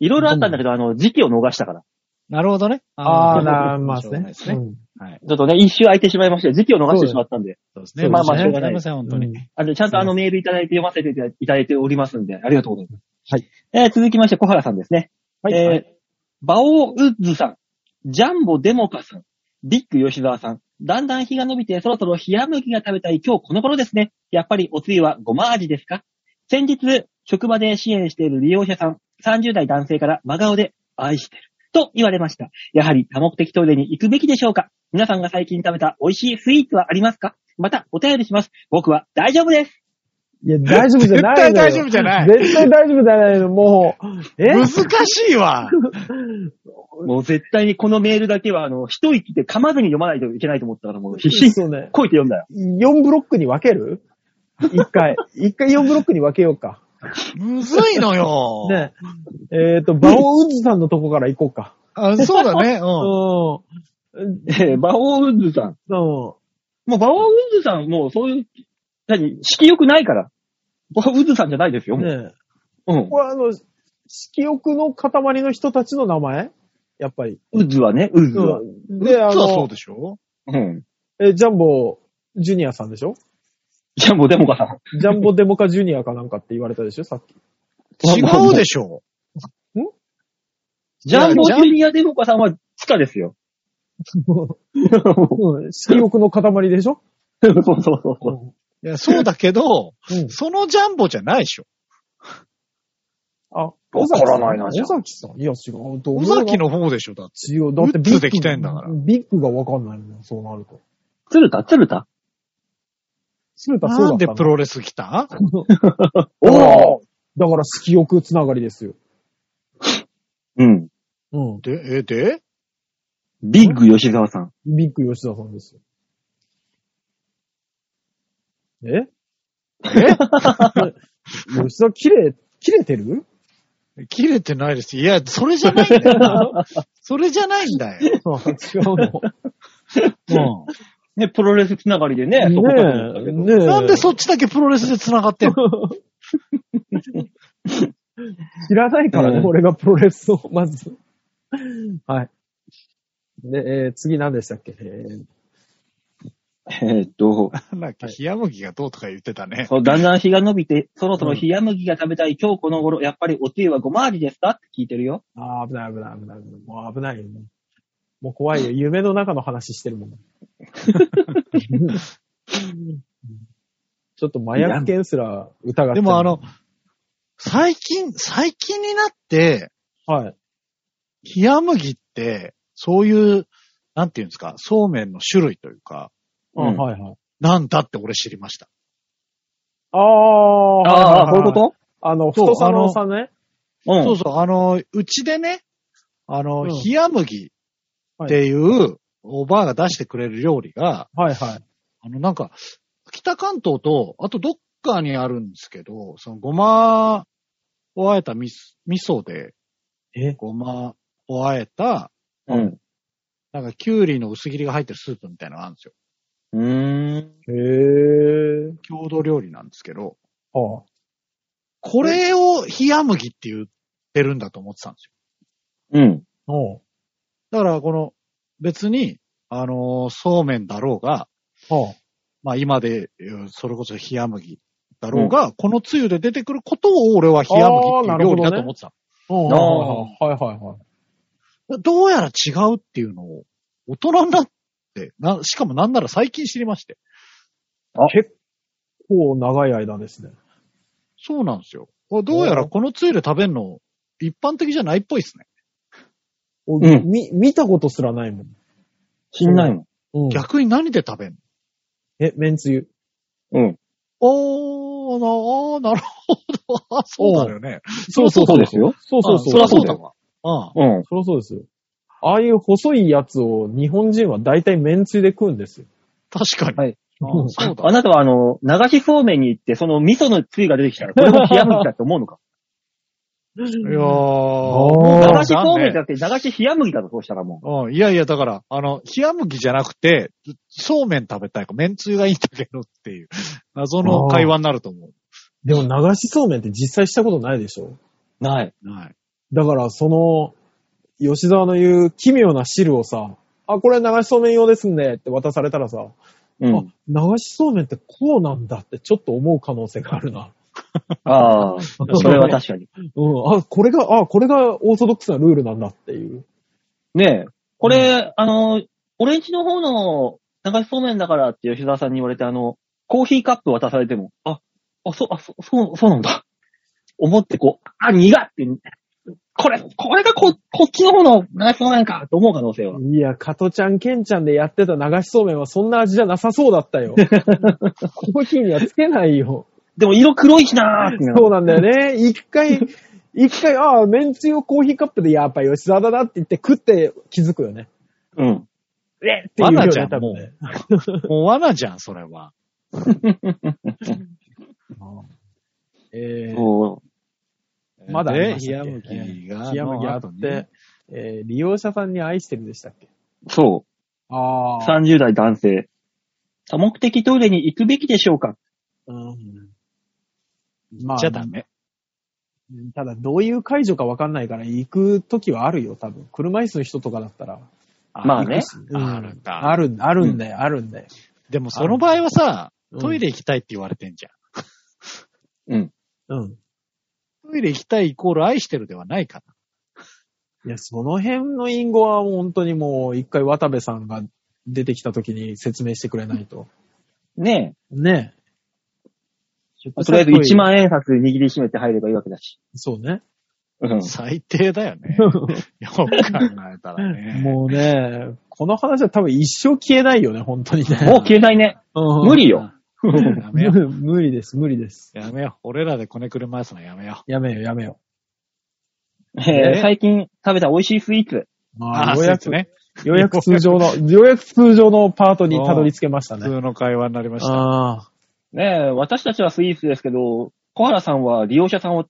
S2: いろいろあったんだけど、あの、時期を逃したから。
S4: なるほどね。
S3: ああ、
S4: の
S3: な、まあ
S4: しょう
S3: ね
S4: がないです
S3: う
S4: ね。
S3: ん
S4: はい。
S2: ちょっとね、一周空いてしまいまして、時期を逃してしまったんで。
S4: そうですね。
S2: まあまあ
S4: 申し
S2: しょうが
S4: 訳ござい
S2: ない
S4: ません、本当
S3: うん
S4: に。
S2: あの、ちゃんとあのメールいただいて読ませていただいておりますんで、ありがとうございます。
S3: はい。
S2: えー続きまして、小原さんですね。
S3: はい
S2: えーバオウッズさん、ジャンボデモカさん、ビッグ吉沢さん、だんだん日が伸びてそろそろ冷や麦が食べたい今日この頃ですね。やっぱりおつゆはごま味ですか先日、職場で支援している利用者さん、30代男性から真顔で愛してると言われました。やはり多目的トイレに行くべきでしょうか皆さんが最近食べた美味しいスイーツはありますかまたお便りします。僕は大丈夫です。
S3: いや、大丈夫じゃないのよ。
S4: 絶対大丈夫じゃない
S3: 絶対大丈夫じゃないの、もう。え
S4: 難しい (laughs) わ。
S2: もう絶対にこのメールだけは、あの、一息で噛まずに読まないといけないと思ったから、もう必死に
S3: そうね。
S2: こいて読んだよ。
S3: 4ブロックに分ける一
S4: (laughs)
S3: 回。一回4ブロックに分けようか。
S4: むずいのよ。
S3: ねえ。えっ、と、バオウズさんのとこから行こうか。
S4: あそうだね。う
S3: う
S2: えー、バオウンズさん。
S3: ん。うん。
S2: もうバオウンズさん、もうそういう、何、色欲ないから。バオウンズさんじゃないですよ、もう。
S3: ねえ。
S2: うん。
S3: これあの、色欲の塊の人たちの名前やっぱり。
S2: ウズはね、ウズは。
S3: うん。
S4: (laughs) ん。で、
S3: で、
S4: あ
S3: あ
S4: はそう
S3: の、
S4: でしょ
S2: うん。
S3: えジャンボジュニアさんでしょ
S2: ジャンボデモカさん。
S3: ジャンボデモカジュニアかなんかって言われたでしょさっき。
S4: 違うでしょ
S2: ジャンボジュニアデモカさんは、地下です (laughs) よ。
S3: うん。色欲の塊でしょ
S2: そうそうそうそう。
S4: いや、そうだけど、
S3: うん。
S4: そのジャンボじゃないでしょ。
S3: あ、
S2: わからないなじゃあ
S3: 尾崎さん。いや、違うと思う
S4: 尾
S3: な。
S4: 崎の方でしょ、だって。
S3: 違う。だってビ
S4: ウッ
S3: ッグ。
S4: ズで来てんだから
S3: ビッグがわかんないもん、そうなると。
S2: 鶴田、鶴田。
S3: 鶴田そうだ
S4: な
S3: った
S4: んで
S3: の
S4: プロレス来た
S2: おお
S3: だから、色欲つながりですよ。
S2: うん。
S3: うん。
S4: で、え、で
S2: ビッグ吉沢さん。
S3: ビッグ吉田さんですよ。え
S4: え
S3: (laughs) 吉田切れ、切れてる
S4: 切れてないです。いや、それじゃないんだ (laughs) よ。それじゃないんだ
S3: (laughs)
S4: よ。
S3: あ違うの。
S4: う
S2: ね、プロレスつながりで
S3: (laughs)
S2: ね、そこかと思った
S3: (laughs) ね
S2: け
S3: え、
S2: ど
S3: ねえ。
S4: ん。なんでそっちだけプロレスで繋がってんの
S3: 知らないからね、
S2: うん
S3: 俺がプロレスを、 (laughs) まず。はい。で、えー次何でしたっけ、えー
S2: えーっと、
S4: なんだっけ、冷麦がどうとか言ってたね。
S2: そう、だんだん日が伸びて、そろそろ冷や麦が食べたい、今日この頃、やっぱりおつゆはごま味ですかって聞いてるよ。
S3: あー危ない危ない危ない。もう危ないよ、ね。もう怖いよ。夢の中の話してるもん。ちょっと麻薬犬すら疑って
S4: でもあ、の、最近、最近になって、
S3: はい。
S4: 冷麦って、そういう、なんていうんですか、そうめんの種類というか、
S3: あ
S2: うん
S3: はいはい。
S4: なんだって俺知りました。
S3: ああ、ははは
S2: と
S3: あの、
S4: そう
S3: 太さのさんね。
S2: うん。
S4: そうそう、あの、うちでね、あの、
S3: うん
S4: 冷麦っていう、おばあが出してくれる料理が、
S3: はいはい。
S4: あの、なんか、北関東と、あとどっかにあるんですけど、そのごまをあえたみす味噌で、
S3: え
S4: ごまをあえた、
S2: うん。
S4: なんかきゅうりの薄切りが入ってるスープみたいなのがあるんですよ。
S2: うーん。
S3: へえ。
S4: 郷土料理なんですけど、
S3: ああ。
S4: これを冷麦って言ってるんだと思ってたんですよ。
S2: うん。
S3: おう
S4: だから、この、別に、あのーそうめんだろうが、
S3: ああ。
S4: まあ今で言う、それこそ冷麦だろうが、このつゆで出てくることを俺は冷麦っていう料理だと思ってた。
S3: おう
S2: あ
S3: はいはいはいはい。
S4: どうやら違うっていうのを、大人になって、な、しかもなんなら最近知りまして。
S3: こう長い間ですね。
S4: そうなんですよ。どうやらこのつゆで食べるの、一般的じゃないっぽいですね。
S3: お
S2: ん
S3: み見たことすらないもん。
S2: 死んないもん。
S3: うん
S4: 逆に何で食べんの
S3: え、めんつゆ。
S2: うん。
S4: おー、な、おーなるほど。あそうだよね。
S3: そうそうそう
S2: ですよ。
S3: そうそうそう。
S4: あそりゃそうだ
S3: そ
S4: わ。あ
S2: うん。
S3: りゃそうですよ。ああいう細いやつを日本人は大体めんつゆで食うんですよ。
S4: 確かに。
S2: はい
S3: (laughs)
S4: あそうだ
S2: あ。なたはあの、流しそうめんに行って、その味噌のつゆが出てきたら、これも冷や麦だって思うのか。
S4: いやー。
S3: あー
S2: 流しそうめんじゃなくて、流し冷麦だと、そうしたらも
S4: うん、いやいや、だから、あの、冷麦じゃなくて、そうめん食べたいか、めんつゆがいいんだけどっていう、 (laughs) 謎の会話になると思
S3: でも流しそうめんって実際したことないでしょ
S2: う。ない。
S4: う。はい。
S3: だから、その、吉沢の言う奇妙な汁をさ、あ、これ流しそうめん用ですんでって渡されたらさ、
S2: うん。
S3: あ、流しそうめんってこうなんだってちょっと思う可能性があるな。
S2: ああ、それは確かに。
S3: うん、あ、これが、あ、これがオーソドックスなルールなんだっていう。
S2: ねえ、これ、あの、俺んちの方の流しそうめんだからって吉沢さんに言われて、あの、コーヒーカップ渡されても、あ、あ、そう、あ、そう、そう、そうなんだ。思ってこう、あ、苦っって、これ、これがこ、こっちの方の流しそうめんかと思う可能性は。
S3: いや、加トちゃん、ケンちゃんでやってた流しそうめんはそんな味じゃなさそうだったよ。コーヒーにはつけないよ。
S2: でも色黒いしなーってな
S3: そうなんだよね。一回、一回、ああ、めんつゆをコーヒーカップでやっぱ吉沢だなって言って食って気づくよね。
S2: うん。え
S3: っていうよ
S4: 罠
S3: ね
S4: じゃん
S3: 多分ね
S4: もう罠じゃん、それ (laughs) は。
S3: えー
S2: そう。
S3: まだあり
S4: で、
S3: ましたっ
S4: 冷
S3: け
S4: 麦が、
S3: 冷麦あって、、えー利用者さんに愛してるでしたっけ
S2: そ
S3: あ
S2: う。
S3: あ。
S2: 30代男性。多目的トイレに行くべきでしょうか
S3: うんまあ、
S4: じゃダメ。
S3: ただ、どういう解除かわかんないから、行くときはあるよ、多分。車椅子の人とかだったら。
S2: まあね
S4: あるんだ
S3: ある、あるんだよ、あるんだよ。
S4: でもその場合はさ、トイ
S3: レ
S4: レ行きたいって言われてんじゃ
S3: うん。
S4: ん。トイレ行きたいイコール愛してるではないか
S3: いや、その辺の因果はもう本当にもう、一回渡部さんが出てきたときに説明してくれないと。
S2: ね
S3: ねえ。
S2: え。とりあえず1万円札握りしめて入ればいいわけだし。
S3: そうね。
S2: うん
S4: な。。最低だよ (laughs) ね。よく考えたらね。
S3: (laughs) もうね、この話は多分一生消えないよね、本当にね。
S2: もう消えないね。
S3: うん
S2: 無理よ。
S4: やめよう。
S3: 無 (laughs) 無理です、無理です。
S4: やめよう。俺らでこねくり回すのやめよ
S3: やめよ、やめよ。
S2: え
S4: え
S2: ー最近食べた美味しいスイーツ。
S4: う。
S3: まあ、よう
S4: そう
S3: や
S4: で
S3: く
S4: す、ね。
S3: ようやく通常の、ようやく通常のパートにたどり着けま
S4: (laughs)
S3: した
S4: 普
S3: ね。
S4: 通の会話になりました。
S3: ああ。
S2: ねえ、私たちはスイーツですけど、小原さんは利用者さんを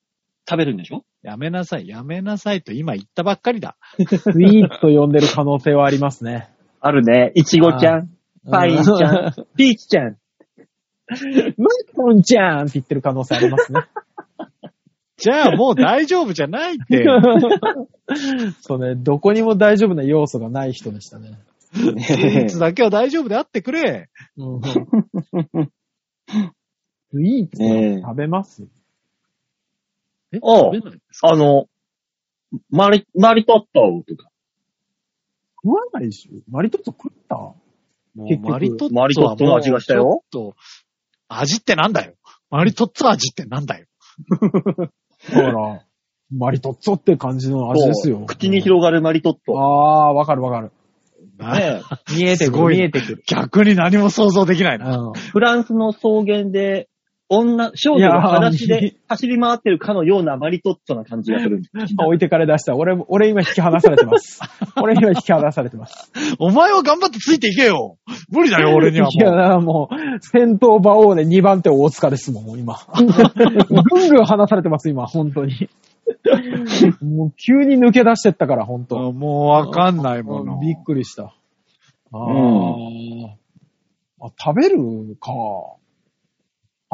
S2: 食べるんでしょ
S4: やめなさい、やめなさいと今言ったばっかりだ。
S3: スイーツと呼んでる可能性はあります (laughs) ね。
S2: あるね。いちごちゃん、パインちゃん、ピーチちゃん。
S3: マッコンちゃんって言ってる可能性ありますね。 (laughs)
S4: じゃあもう大丈夫じゃな
S3: (laughs)
S4: いって。
S3: そうね、どこにも大丈夫な要素がない人でしたね。
S4: スイーツだけは大丈夫であってくれ。
S3: うん、スイーツ
S2: ねえ
S3: 食べます
S4: え
S2: おう
S4: 食べないですか
S2: あの、マリ、マリトッツォとか。
S3: 食わないでしょマリトッツォ食った
S4: もう
S3: 結局
S4: マリトッツォ
S2: マリトッツォの味がしたよ。
S4: ちょっと、味ってなんだよ。マリトッツォ味ってなんだよ。
S3: だから、マリトッツォって感じの味ですよ
S2: こ。う口に広がるマリトッツ
S3: あ
S2: ォ。
S3: あ、わかるわかる。
S2: ねえ
S3: 見えて
S4: す
S3: くる、
S4: ごい
S3: 見
S4: な
S3: えてくる。
S4: 逆に何も想像できないな。
S3: うん
S2: フランスの草原で、女、少女が裸足
S3: いや
S2: で走り回ってるかのようなマリトッツォな感じがするんです。
S3: (laughs) あ置いてかれ出した。俺、俺今引き離されて (laughs) ます。俺今引き離されてます。
S4: お前は頑張ってついていけよ。無理だよ、俺にはも
S3: いや、だ
S4: う。
S3: からもう、戦闘馬王で2番手大塚ですもん、もう今。ぐんぐん離されてます、今、本当に。もう急に抜け出してったから、本当。
S4: うんもうわかんないもの。
S3: びっくりした。あー、
S2: うん
S3: あ食べるか。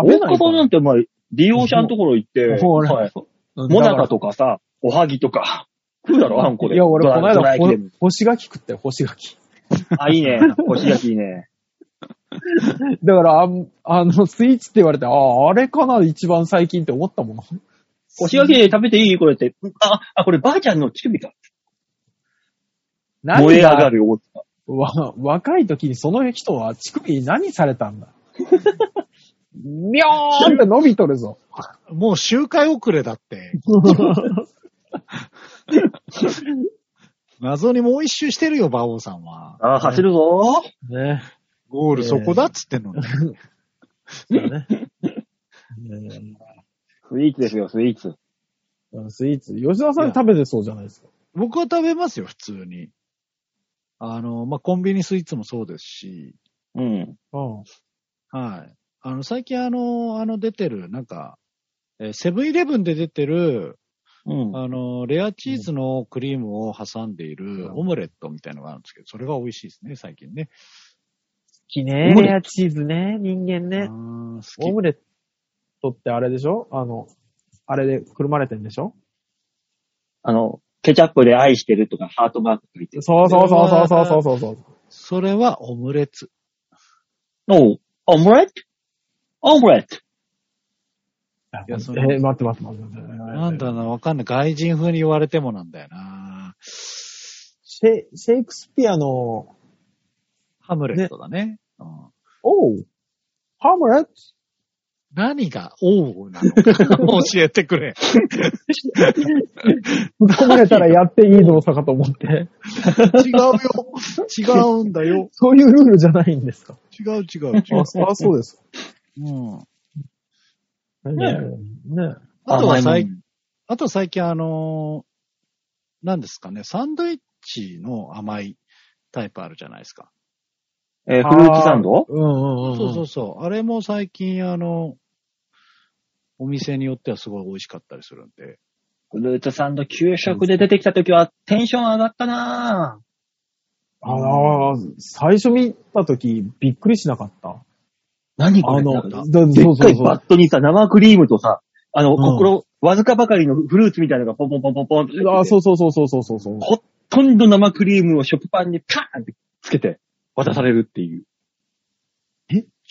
S3: 食べ
S2: 大
S3: ない
S2: 久
S3: か
S2: 保なんてお前、利用者のところ行って、
S3: ほら
S2: はい
S3: うん
S2: モナ
S3: だ
S2: カとかさ、おはぎとか、食うだろ、あんこ
S3: から
S2: で。
S3: いや、俺、この
S2: ドラ
S3: 間、
S2: イド
S3: ほ
S2: ライ系で
S3: 干し柿食ったよ、干し柿。
S2: あ、いいね。干し焼きいいね。
S3: だから、あんあの、スイーツって言われて、ああ、あれかな、一番最近って思ったもん。
S2: 干し焼き食べていいこれって。あ、あ、こればあちゃんの乳首か。
S3: 何
S2: 燃え上が
S3: が
S2: るよ。
S3: わ、若い時にその人は乳首に何されたんだみょーんって伸びとるぞ。
S4: もう周回遅れだ (laughs) って。謎にもう一周してるよ、馬王さんは。
S2: あ、走るぞ。
S3: ね。
S4: ゴールそこだっつってんのに。
S3: (laughs) ね
S2: スイーツですよ、スイーツ。
S3: スイーツ。吉田さん食べてそうじゃないですか。
S4: (laughs) 僕は食べますよ、普通に。あの、まあ、コンビニスイーツもそうですし、
S2: うん。
S3: うん。
S4: はい。あの、最近あの、あの出てる、なんか、えーセブンイレブンで出てる、
S2: うん。
S4: あの、レアチーズのクリームを挟んでいるオムレットみたいのがあるんですけど、それが美味しいですね、最近ね。
S3: きね
S2: オムレット
S3: レアチーズね、人間
S4: う
S3: ね。
S4: ん、好き
S3: オ。ムレットってあれでしょあの、あれでくるまれてんでしょ
S2: あの、ケチャップで愛してるとかハートマーク書いてる。
S3: そうそうそうそうそうそうそうそう。
S4: それはオムレツ。
S2: おうオムレットオムレット
S4: いやその
S3: えー待って待って待って待って。
S4: なんだろうな、わかんない。外人風に言われてもなんだよな。
S3: シェイシェイクスピアの、
S4: ハムレットだね。うん
S3: おう、ハムレット
S4: 何が王なの (laughs) か教えてくれ。
S3: ぶっ込まれたらやっていい動作かと思って。
S4: 違うよ。違うんだよ。
S3: (laughs) そういうルールじゃないんですか
S4: 違う違う違う。
S3: あ、そうです。
S4: うん、
S3: ねえ。ね
S4: あとは
S2: 甘い
S4: 最
S2: もん
S4: あと最近あのー、何ですかね、サンドイッチの甘いタイプあるじゃないですか。
S2: えーフルーツサンド
S3: うんうんうん。
S4: そうそうそう。あれも最近あの、お店によってはすごい美味しかったりするんで。
S2: フルーツサンド給食で出てきた時はテンション上がったなぁ。
S3: あのー最初見たとき、びっくりしなかった。
S2: 何こ
S3: あ
S2: れ
S3: の、
S2: なんか
S3: だ
S2: で
S3: そ
S2: っ
S3: うそ
S2: か
S3: う
S2: い
S3: そう
S2: バ。ットにさ、生クリームとさ、あの、
S3: ん
S2: 心、わずかばかりのフルーツみたいなのがポンポンポンポンポンって出てきて。
S3: あそうそうそうそうそうそうそう。
S2: ほとんど生クリームを食パンにパーンってつけて渡されるっていう。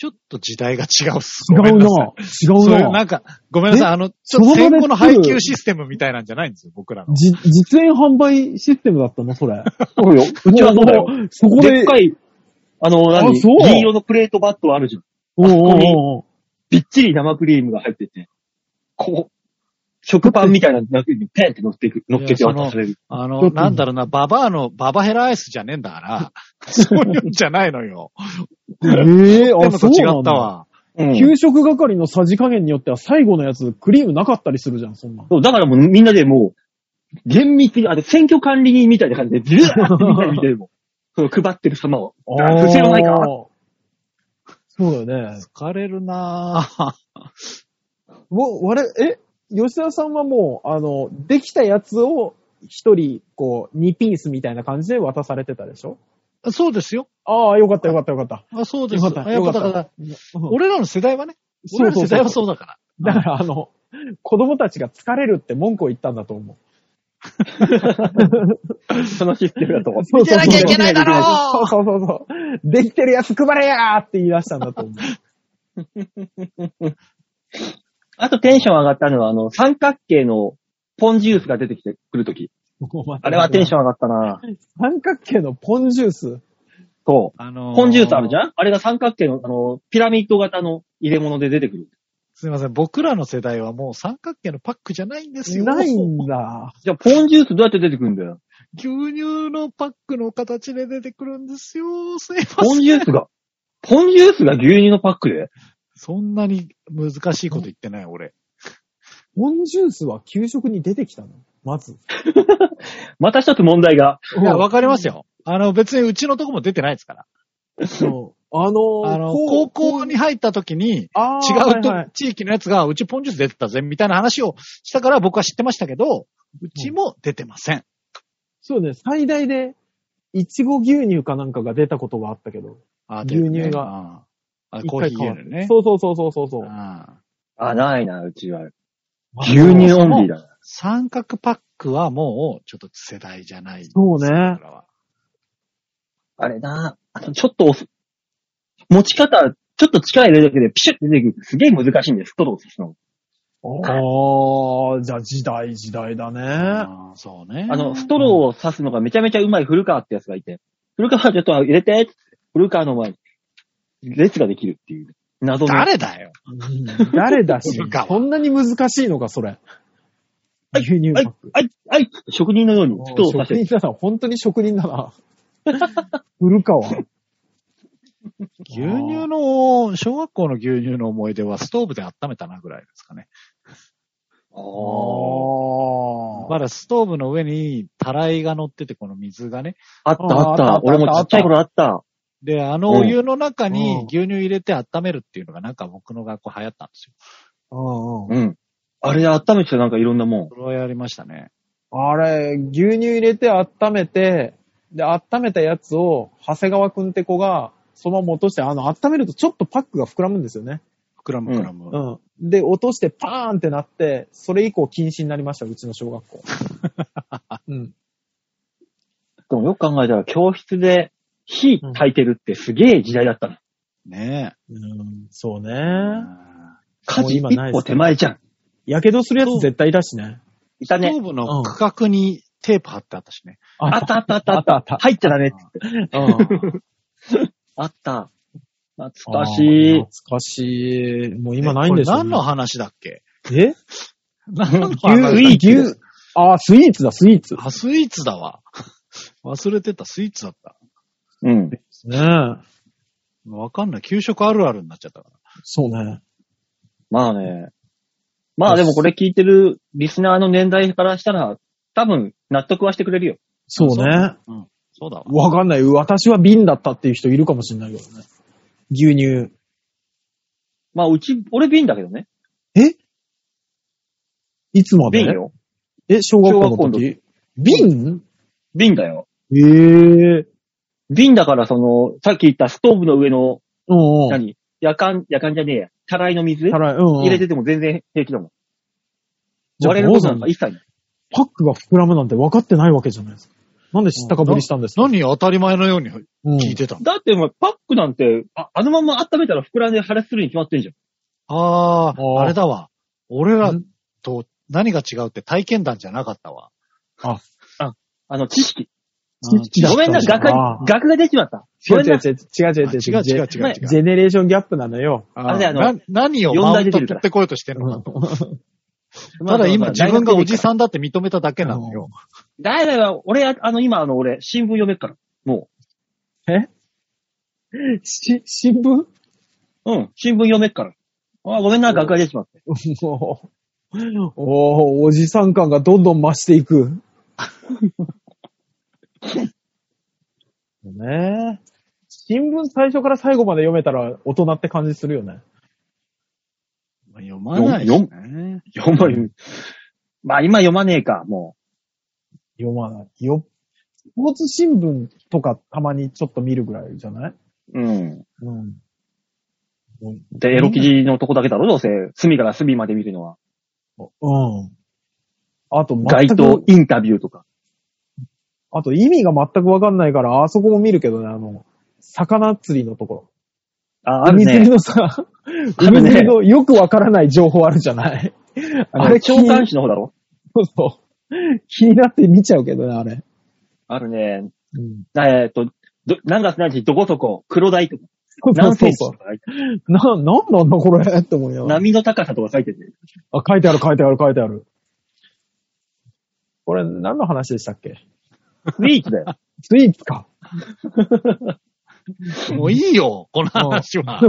S4: ちょっと時代が違うっす。
S3: 違
S4: ごめん
S3: う
S4: なさい
S3: な。違う
S4: そういう、
S3: な。
S4: なんか、ごめんなさい。あの、ちょっ
S3: そ
S4: と
S3: の場で
S4: 戦後の配給システムみたいなんじゃないんですよ、僕らの。
S3: じ、実演販売システムだったのそ (laughs) れ。
S2: そうよ。うちはそうだよ。
S3: そこ
S2: で
S3: で
S2: っ、かい、あの、何
S3: あそう
S2: 銀色のプレートバットあるじゃん。
S3: おうおうおう
S2: びっちり生クリームが入ってて、こう、食パンみたいな中にペンって乗ってく、乗っけて渡される。
S4: あ
S3: ちょ
S4: の、
S3: っと
S4: なんだろうな、ババアの、ババヘラアイスじゃねえんだから、 (laughs) そういうんじゃないのよ。
S3: ええ
S4: で
S3: あ、
S4: も
S3: そ
S4: と
S3: う
S4: 違
S3: なん
S4: った
S3: だ。
S4: わ。
S2: うん
S3: 給食係のさじ加減によっては最後のやつ、クリームなかったりするじゃん、そんな。
S2: そう、だからもうみんなでもう、厳密に、あれ、選挙管理人みたいな感じで、ずーっとみんなで見てるも
S3: (laughs)
S2: ん。その配ってる様を。あ不正はないか
S3: あーそうだよね。
S4: 疲れるなぁ。
S3: わ、我々、え、吉田さんはもう、あの、できたやつを一人、こう、2ピースみたいな感じで渡されてたでしょ
S4: そうですよ。
S3: ああ、よかったよかったよかった。
S4: あそうで
S3: よ
S4: す。
S3: か
S4: あ
S3: った
S4: やっ
S3: よか
S4: ぱ
S3: った。
S4: だから、
S3: うん
S4: 俺らの世代はね、
S3: そ
S4: 俺
S3: う
S4: らの
S3: そう
S4: 世
S3: そ
S4: 代は
S3: う。
S4: そうだか
S3: だから、あの、子供たちが疲れるって文句を言ったんだと思う。
S2: (laughs) そのシステムだと。
S3: そう
S4: そうそう見てなきゃいけないだ
S3: そ
S4: ろ
S3: うそうそうそう。できてるやつ配れやーって言い出したんだと思う。
S2: あとテンション上がったのは、あの、三角形のポンジュースが出てきてくるとき。
S3: (laughs)
S2: あれはテンシ
S3: ョン。
S2: ョン上がったな
S3: 三角形のポンジュース。
S2: そ
S4: ら。あの
S2: う。ポンジュースあるじ
S4: ゃん
S2: ゃんあれが三角形の、あの、ピラミッド型の入れ物で出てくる。
S4: すいません。僕らの世代はもう三角形のパックじゃないんですよ。
S3: ないんだ。
S2: じゃあ、ポンジュースどうやって出てくるんだよ。
S4: 牛乳のパックの形で出てくるんですよ。すいません。
S2: ポンジュースが、ポンジュースが牛乳のパックで
S4: そんなに難しいこと言ってない、俺。
S3: ポンジュースは給食に出てきたのまず。
S2: また一つ問題が。
S4: いや、わかりますよ。あの、別にうちのとこも出てないですから。
S3: そうあのー
S4: あの、
S3: こう
S4: 高校に入った時に、
S3: あ
S4: 違
S3: ー
S4: う
S3: はいは
S4: と
S3: い
S4: 地域のやつが、うちポンジュース出てたぜ、みたいな話をしたから僕は知ってましたけど、うちも出てません。
S3: そうね、最大で、いちご牛乳かなんかが出たことがあったけど。
S4: あ
S3: 牛乳が。
S4: 出てるねああ、コーヒー牛乳ね。
S3: そうそうそうそうそうそう。
S4: ああ
S2: あ、ないな、うちは。牛乳オンリーだな。
S4: 三角パックはもう、ちょっと世代じゃない。
S3: そうね
S4: 僕らは
S2: あれな、あの、ちょっと押す、持ち方、ちょっと力入れるだけでピシュッて出てくる。すげえ難しいんです、ストローっての。
S3: ああ、じゃあ時代時代だね。
S4: ああそうね。
S2: あの、ストローを刺すのがめちゃめちゃうまい古川ってやつがいて、古川ちょっと入れて、古川の前に、列ができるっていう、謎の。
S4: 誰だよ。
S3: 誰だし
S4: そうか、
S3: そんなに難しいのか、それ。牛乳パ
S2: は
S3: ッ
S2: い
S3: ク。
S2: あい、あい、職人のようにストローを刺
S3: 職
S2: して、
S3: 人だな、本当に職人だな。古川。
S4: 牛乳の、小学校の牛乳の思い出はストーブで温めたなぐらいですかね。
S2: あ
S4: まだストーブの上にたらいが乗ってて、この水がね。
S2: あったあっ
S3: ああ
S2: た
S3: っ。た
S2: 俺もちっちゃい頃あった。
S4: で、あのお湯の中に
S3: うん
S4: 牛乳入れて温めるっていうのがなんか僕の学校流行ったんですよ。
S3: あ。うんうん
S2: うん。あれで温めてたなんかいろんなも
S4: それはやりましたね。
S3: あれ、牛乳入れて温めて、で、温めたやつを、長谷川くんって子が、そのまま落として、あの、温めるとちょっとパックが膨らむんですよね。
S4: 膨らむ膨らむ。
S3: うん。で、落としてパーンってなって、それ以降禁止になりました、うちの小学 (laughs) 校。うん。
S2: ん。でもよく考えたら教室で火焚いてるってすげえ時代だったの。
S4: ね
S3: うん、そうね。
S4: え。
S2: 火
S3: もう
S2: 事
S3: 今ない
S2: 一
S3: で
S2: 歩
S3: すね
S2: 手前じゃん。
S3: やけどするやつ絶対いたしね。
S2: い
S4: スト
S2: たね。
S4: ーブの区画にテープ貼ってあったしね。
S2: あったあったあったあった。
S3: あったあった
S2: 入っちゃダメっつって。
S3: うん。
S2: あった。懐
S3: 懐
S2: かしい。
S3: 懐かしい。もう (laughs) 今ないんでしょ
S4: これ何の話だっけ
S3: え (laughs)
S4: 何の
S3: 牛、
S4: 話だっけ
S3: 牛。あー、スイーツだ、スイーツ。
S4: あ、スイーツだわ。忘れてた、スイーツだった。
S2: うん。
S3: ねえ。
S4: わかんない。給食あるあるになっちゃったから。
S3: そうね。
S2: まあね。まあでもこれ聞いてるリスナーの年代からしたら、多分納得はしてくれるよ。
S3: そうね。
S4: そうだわ。
S3: わかんない。私は瓶だったっていう人いるかもしれないけどね。牛乳。
S2: まあうち、俺瓶だけどね。
S3: いつまで
S2: 瓶よ。
S3: え、小学校の時瓶
S2: 瓶だよ。
S3: ええー。
S2: 瓶だからその、さっき言ったストーブの上の、
S3: うんうん。
S2: 何夜間、夜間じゃねえや。たらいの水
S3: たらい、うん、うん。
S2: 入れてても全然平気だもん。
S3: じゃあ
S2: 割れることなんか一切ない。
S3: パックが膨らむなんて分かってないわけじゃないですか。なんで知ったかぶりしたんですか、
S4: 何当たり前のように
S3: うん、
S4: 聞いてたの、
S2: だってお前、パックなんて、ああのまま温めたら膨らんで破裂するに決まってんじゃん。
S4: あ
S3: あ
S4: あ、
S3: ー
S4: あれだわ。俺らと何が違うって体験談じゃなかったわ。
S2: あの、知識。
S3: 知識だ
S2: ごめんな、
S3: そう
S2: 学
S3: だ
S2: が、学が出ちまった。
S3: 違
S2: ご
S3: う
S2: めんな
S3: 違う違う違う違
S4: あ
S3: う違う
S4: 違う違う違う違う。
S3: ジェネレーションギャップなのよ。
S4: あ
S2: あれあの
S4: な何を
S2: 四
S4: マウ
S2: 大出
S4: ント
S2: てる
S4: 取っ
S2: から
S4: てこようとしてんのかと。
S2: まあ
S4: ただ
S2: ま
S4: 今
S2: あ
S4: 自分がおじ
S2: ん。
S4: さんだって認めただけなのよ。
S2: だいだいは、俺、ああの、今、あの、俺、新聞読めっから。も
S3: (laughs) し、新聞
S2: う。うん、新聞読めっから。あ、ごめんな、学が出ちまって。
S3: (laughs) おーおーおじさん感がどんどん増していく。 (laughs) ねえ。新聞最初から最後まで読めたら大人って感じするよね。
S4: 読まないしね。
S2: 読まない。まあ、今読まねえか、も。
S3: 読まない。よ、スポーツ新聞とかたまにちょっと見るぐらいじゃない
S2: う
S3: う
S2: ん。
S3: うん。
S2: で、エロ記事のとこだけだろ、どうせ。隅から隅まで見るのは。
S3: うん。あと、
S2: 街
S3: 全
S2: 頭
S3: く、
S2: インタビューとか。
S3: あと意味が全くわかんないから、あそこも見るけどね、あの、魚釣りのところ。
S2: あ、ある
S3: 海釣り
S2: ね。
S3: のさ、
S2: ある
S3: 海釣り
S2: ね。
S3: のよくわからない情報あるじゃない。
S2: あれ、
S3: 気
S2: 長
S3: に
S2: 官誌の方だろ
S3: そうそう気になって見ちゃうけどね、あれ。
S2: あるね。
S3: うん。
S2: えーっと、ど、何月何日、どこそこ、黒大とか、
S3: そうそう
S2: 何セ
S3: そう
S2: ンチ
S3: そ
S2: と
S3: う。
S2: か書いて
S3: な、なんなんだこれって思う
S2: あ
S3: よ
S2: る、。波の高さとか書いてて。
S3: あ、書いてある書いてある書いてある。これ何の話でしたっけ
S2: スイーツだよ。
S3: スイーツか。 (laughs)
S4: もういいよ、この話は。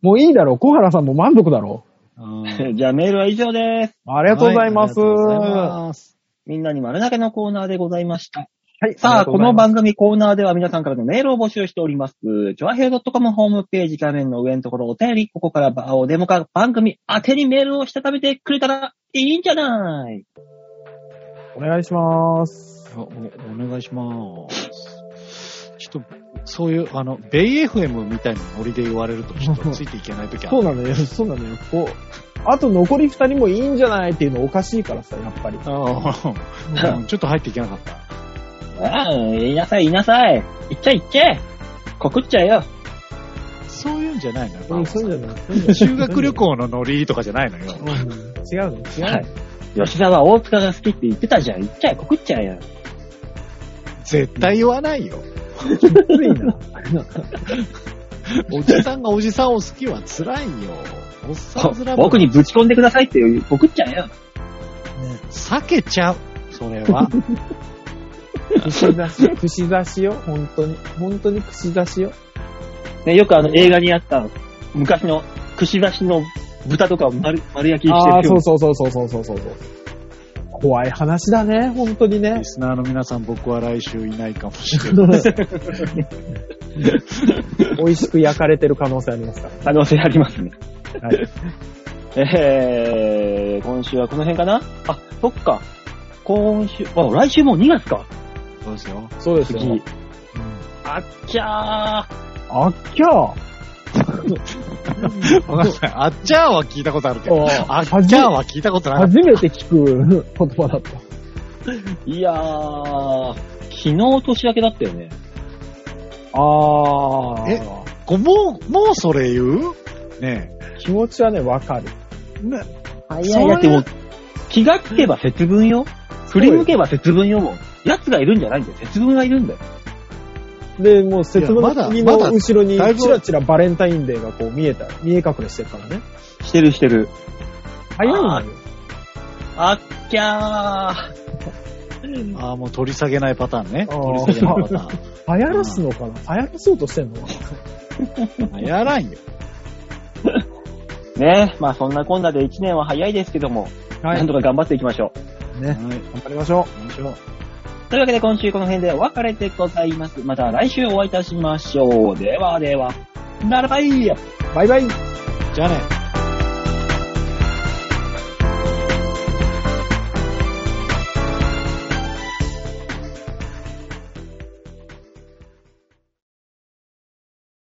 S3: もういいだろう。小原さんも満足だろ
S2: (laughs)
S4: うん
S2: じゃあメールは以上です。
S3: う。ありがとうございます。
S4: はありがとうござい
S3: は
S4: ます
S2: みんなに丸投げのコーナーでございました。
S3: い。
S2: さあ、この
S3: 番
S2: 番組コーナーでは皆さんからのメールを募集しております。ちょあへい .com ホームページ画面の上のところお便り、ここから場をデモか番組宛てにメールをしたためてくれたらいいんじゃない
S3: お願いします。
S4: おお願いします。ちょっと、そういう、あの、ベイ FM みたいなノリで言われると、ちょっとついていけないときあ
S3: そう
S4: る。
S3: なのよ、 (laughs) そうなのよ。こう、あと残り二人もいいんじゃないっていうのおかしいからさ、やっぱり。
S4: ああうんちょっと入っていけなかった。
S2: ああ、言いなさい言いなさい。言っちゃい言っちゃえ。告っちゃえよ。
S4: そういうんじゃないのよ。
S3: うん、そうじゃない。そうじゃない
S4: 修学旅。行のノリとかじゃないのよ。
S3: うん、違うの、違うの。
S2: はい。吉沢大塚が好きって言ってたじゃん。言っちゃえ、告っちゃえよ。
S4: 絶対言わないよ。
S3: きついな。
S4: (laughs) おじさんがおじさんを好きは辛いよ。おっさん辛い。
S2: 僕にぶち込んでくださいって言う告っちゃえよ。
S4: 避けちゃう。それ (laughs) は。
S3: 串刺し、串刺しよ、本当に。本当に串刺しよ。
S2: ね、よくあの映画にあった昔の串刺しの豚とかを丸丸焼きにして
S3: ああ、
S2: る
S3: そうそうそうそうそうそうそう。怖い話だね、本当に
S4: (laughs)
S3: ね
S4: リ。スナーの皆さん、僕は来週いないかもしれない。
S3: 美味しく焼かれてる可能性ありますから。
S2: 可能性ありますね。
S3: はい。
S2: えで、今週はこの辺かなあ、そっか。今週、あ、来週もう2月か。
S4: そうですよ。
S3: そうです
S2: 次。あっちゃー。
S3: あっきゃー。 (laughs)
S4: わかんない。あっちゃーは聞いたことあるけど、
S3: あー
S4: あっちゃーは聞いたことない。
S3: 初めて聞く言葉だった。
S2: いやー、昨日年明けだったよね。
S3: あー。
S4: えこもう、もうそれ言うね
S3: 気持ちはね、わかる。
S4: え。ね
S2: あ
S4: いやいや
S2: でも、気がつけば節分よ。振り向けば節分よもう。奴がいるんじゃないんだよ。節分がいるんだよ。
S3: で、もう節分
S4: い
S3: の
S4: やまだ
S3: 次
S4: まだ
S3: の後ろに
S4: だいぶ
S3: チラチラバレンタインデーがこう見えた、見え隠れしてるからね。
S2: してるしてる。
S3: 早いのよ。
S2: あっきゃー。
S4: ああ、もう取り下げないパターンね。
S3: あ
S4: 取
S3: ー
S4: り下げないパター
S3: (laughs)
S4: ン。
S3: 流行らすのかな流行らそうとしてんの
S4: (laughs) やらんよ。
S2: ねまあそんなこんなで1年は早いですけども、
S3: は
S2: なんとか頑張っていきましょう。
S4: は
S3: ね。
S4: い。
S3: 頑張りましょ
S4: 面白い。
S2: というわけで今週この辺でお別れでございます。また来週お会いいたしましょう。ではでは、ならばいいや
S3: う。バイバイ。
S4: じゃあね。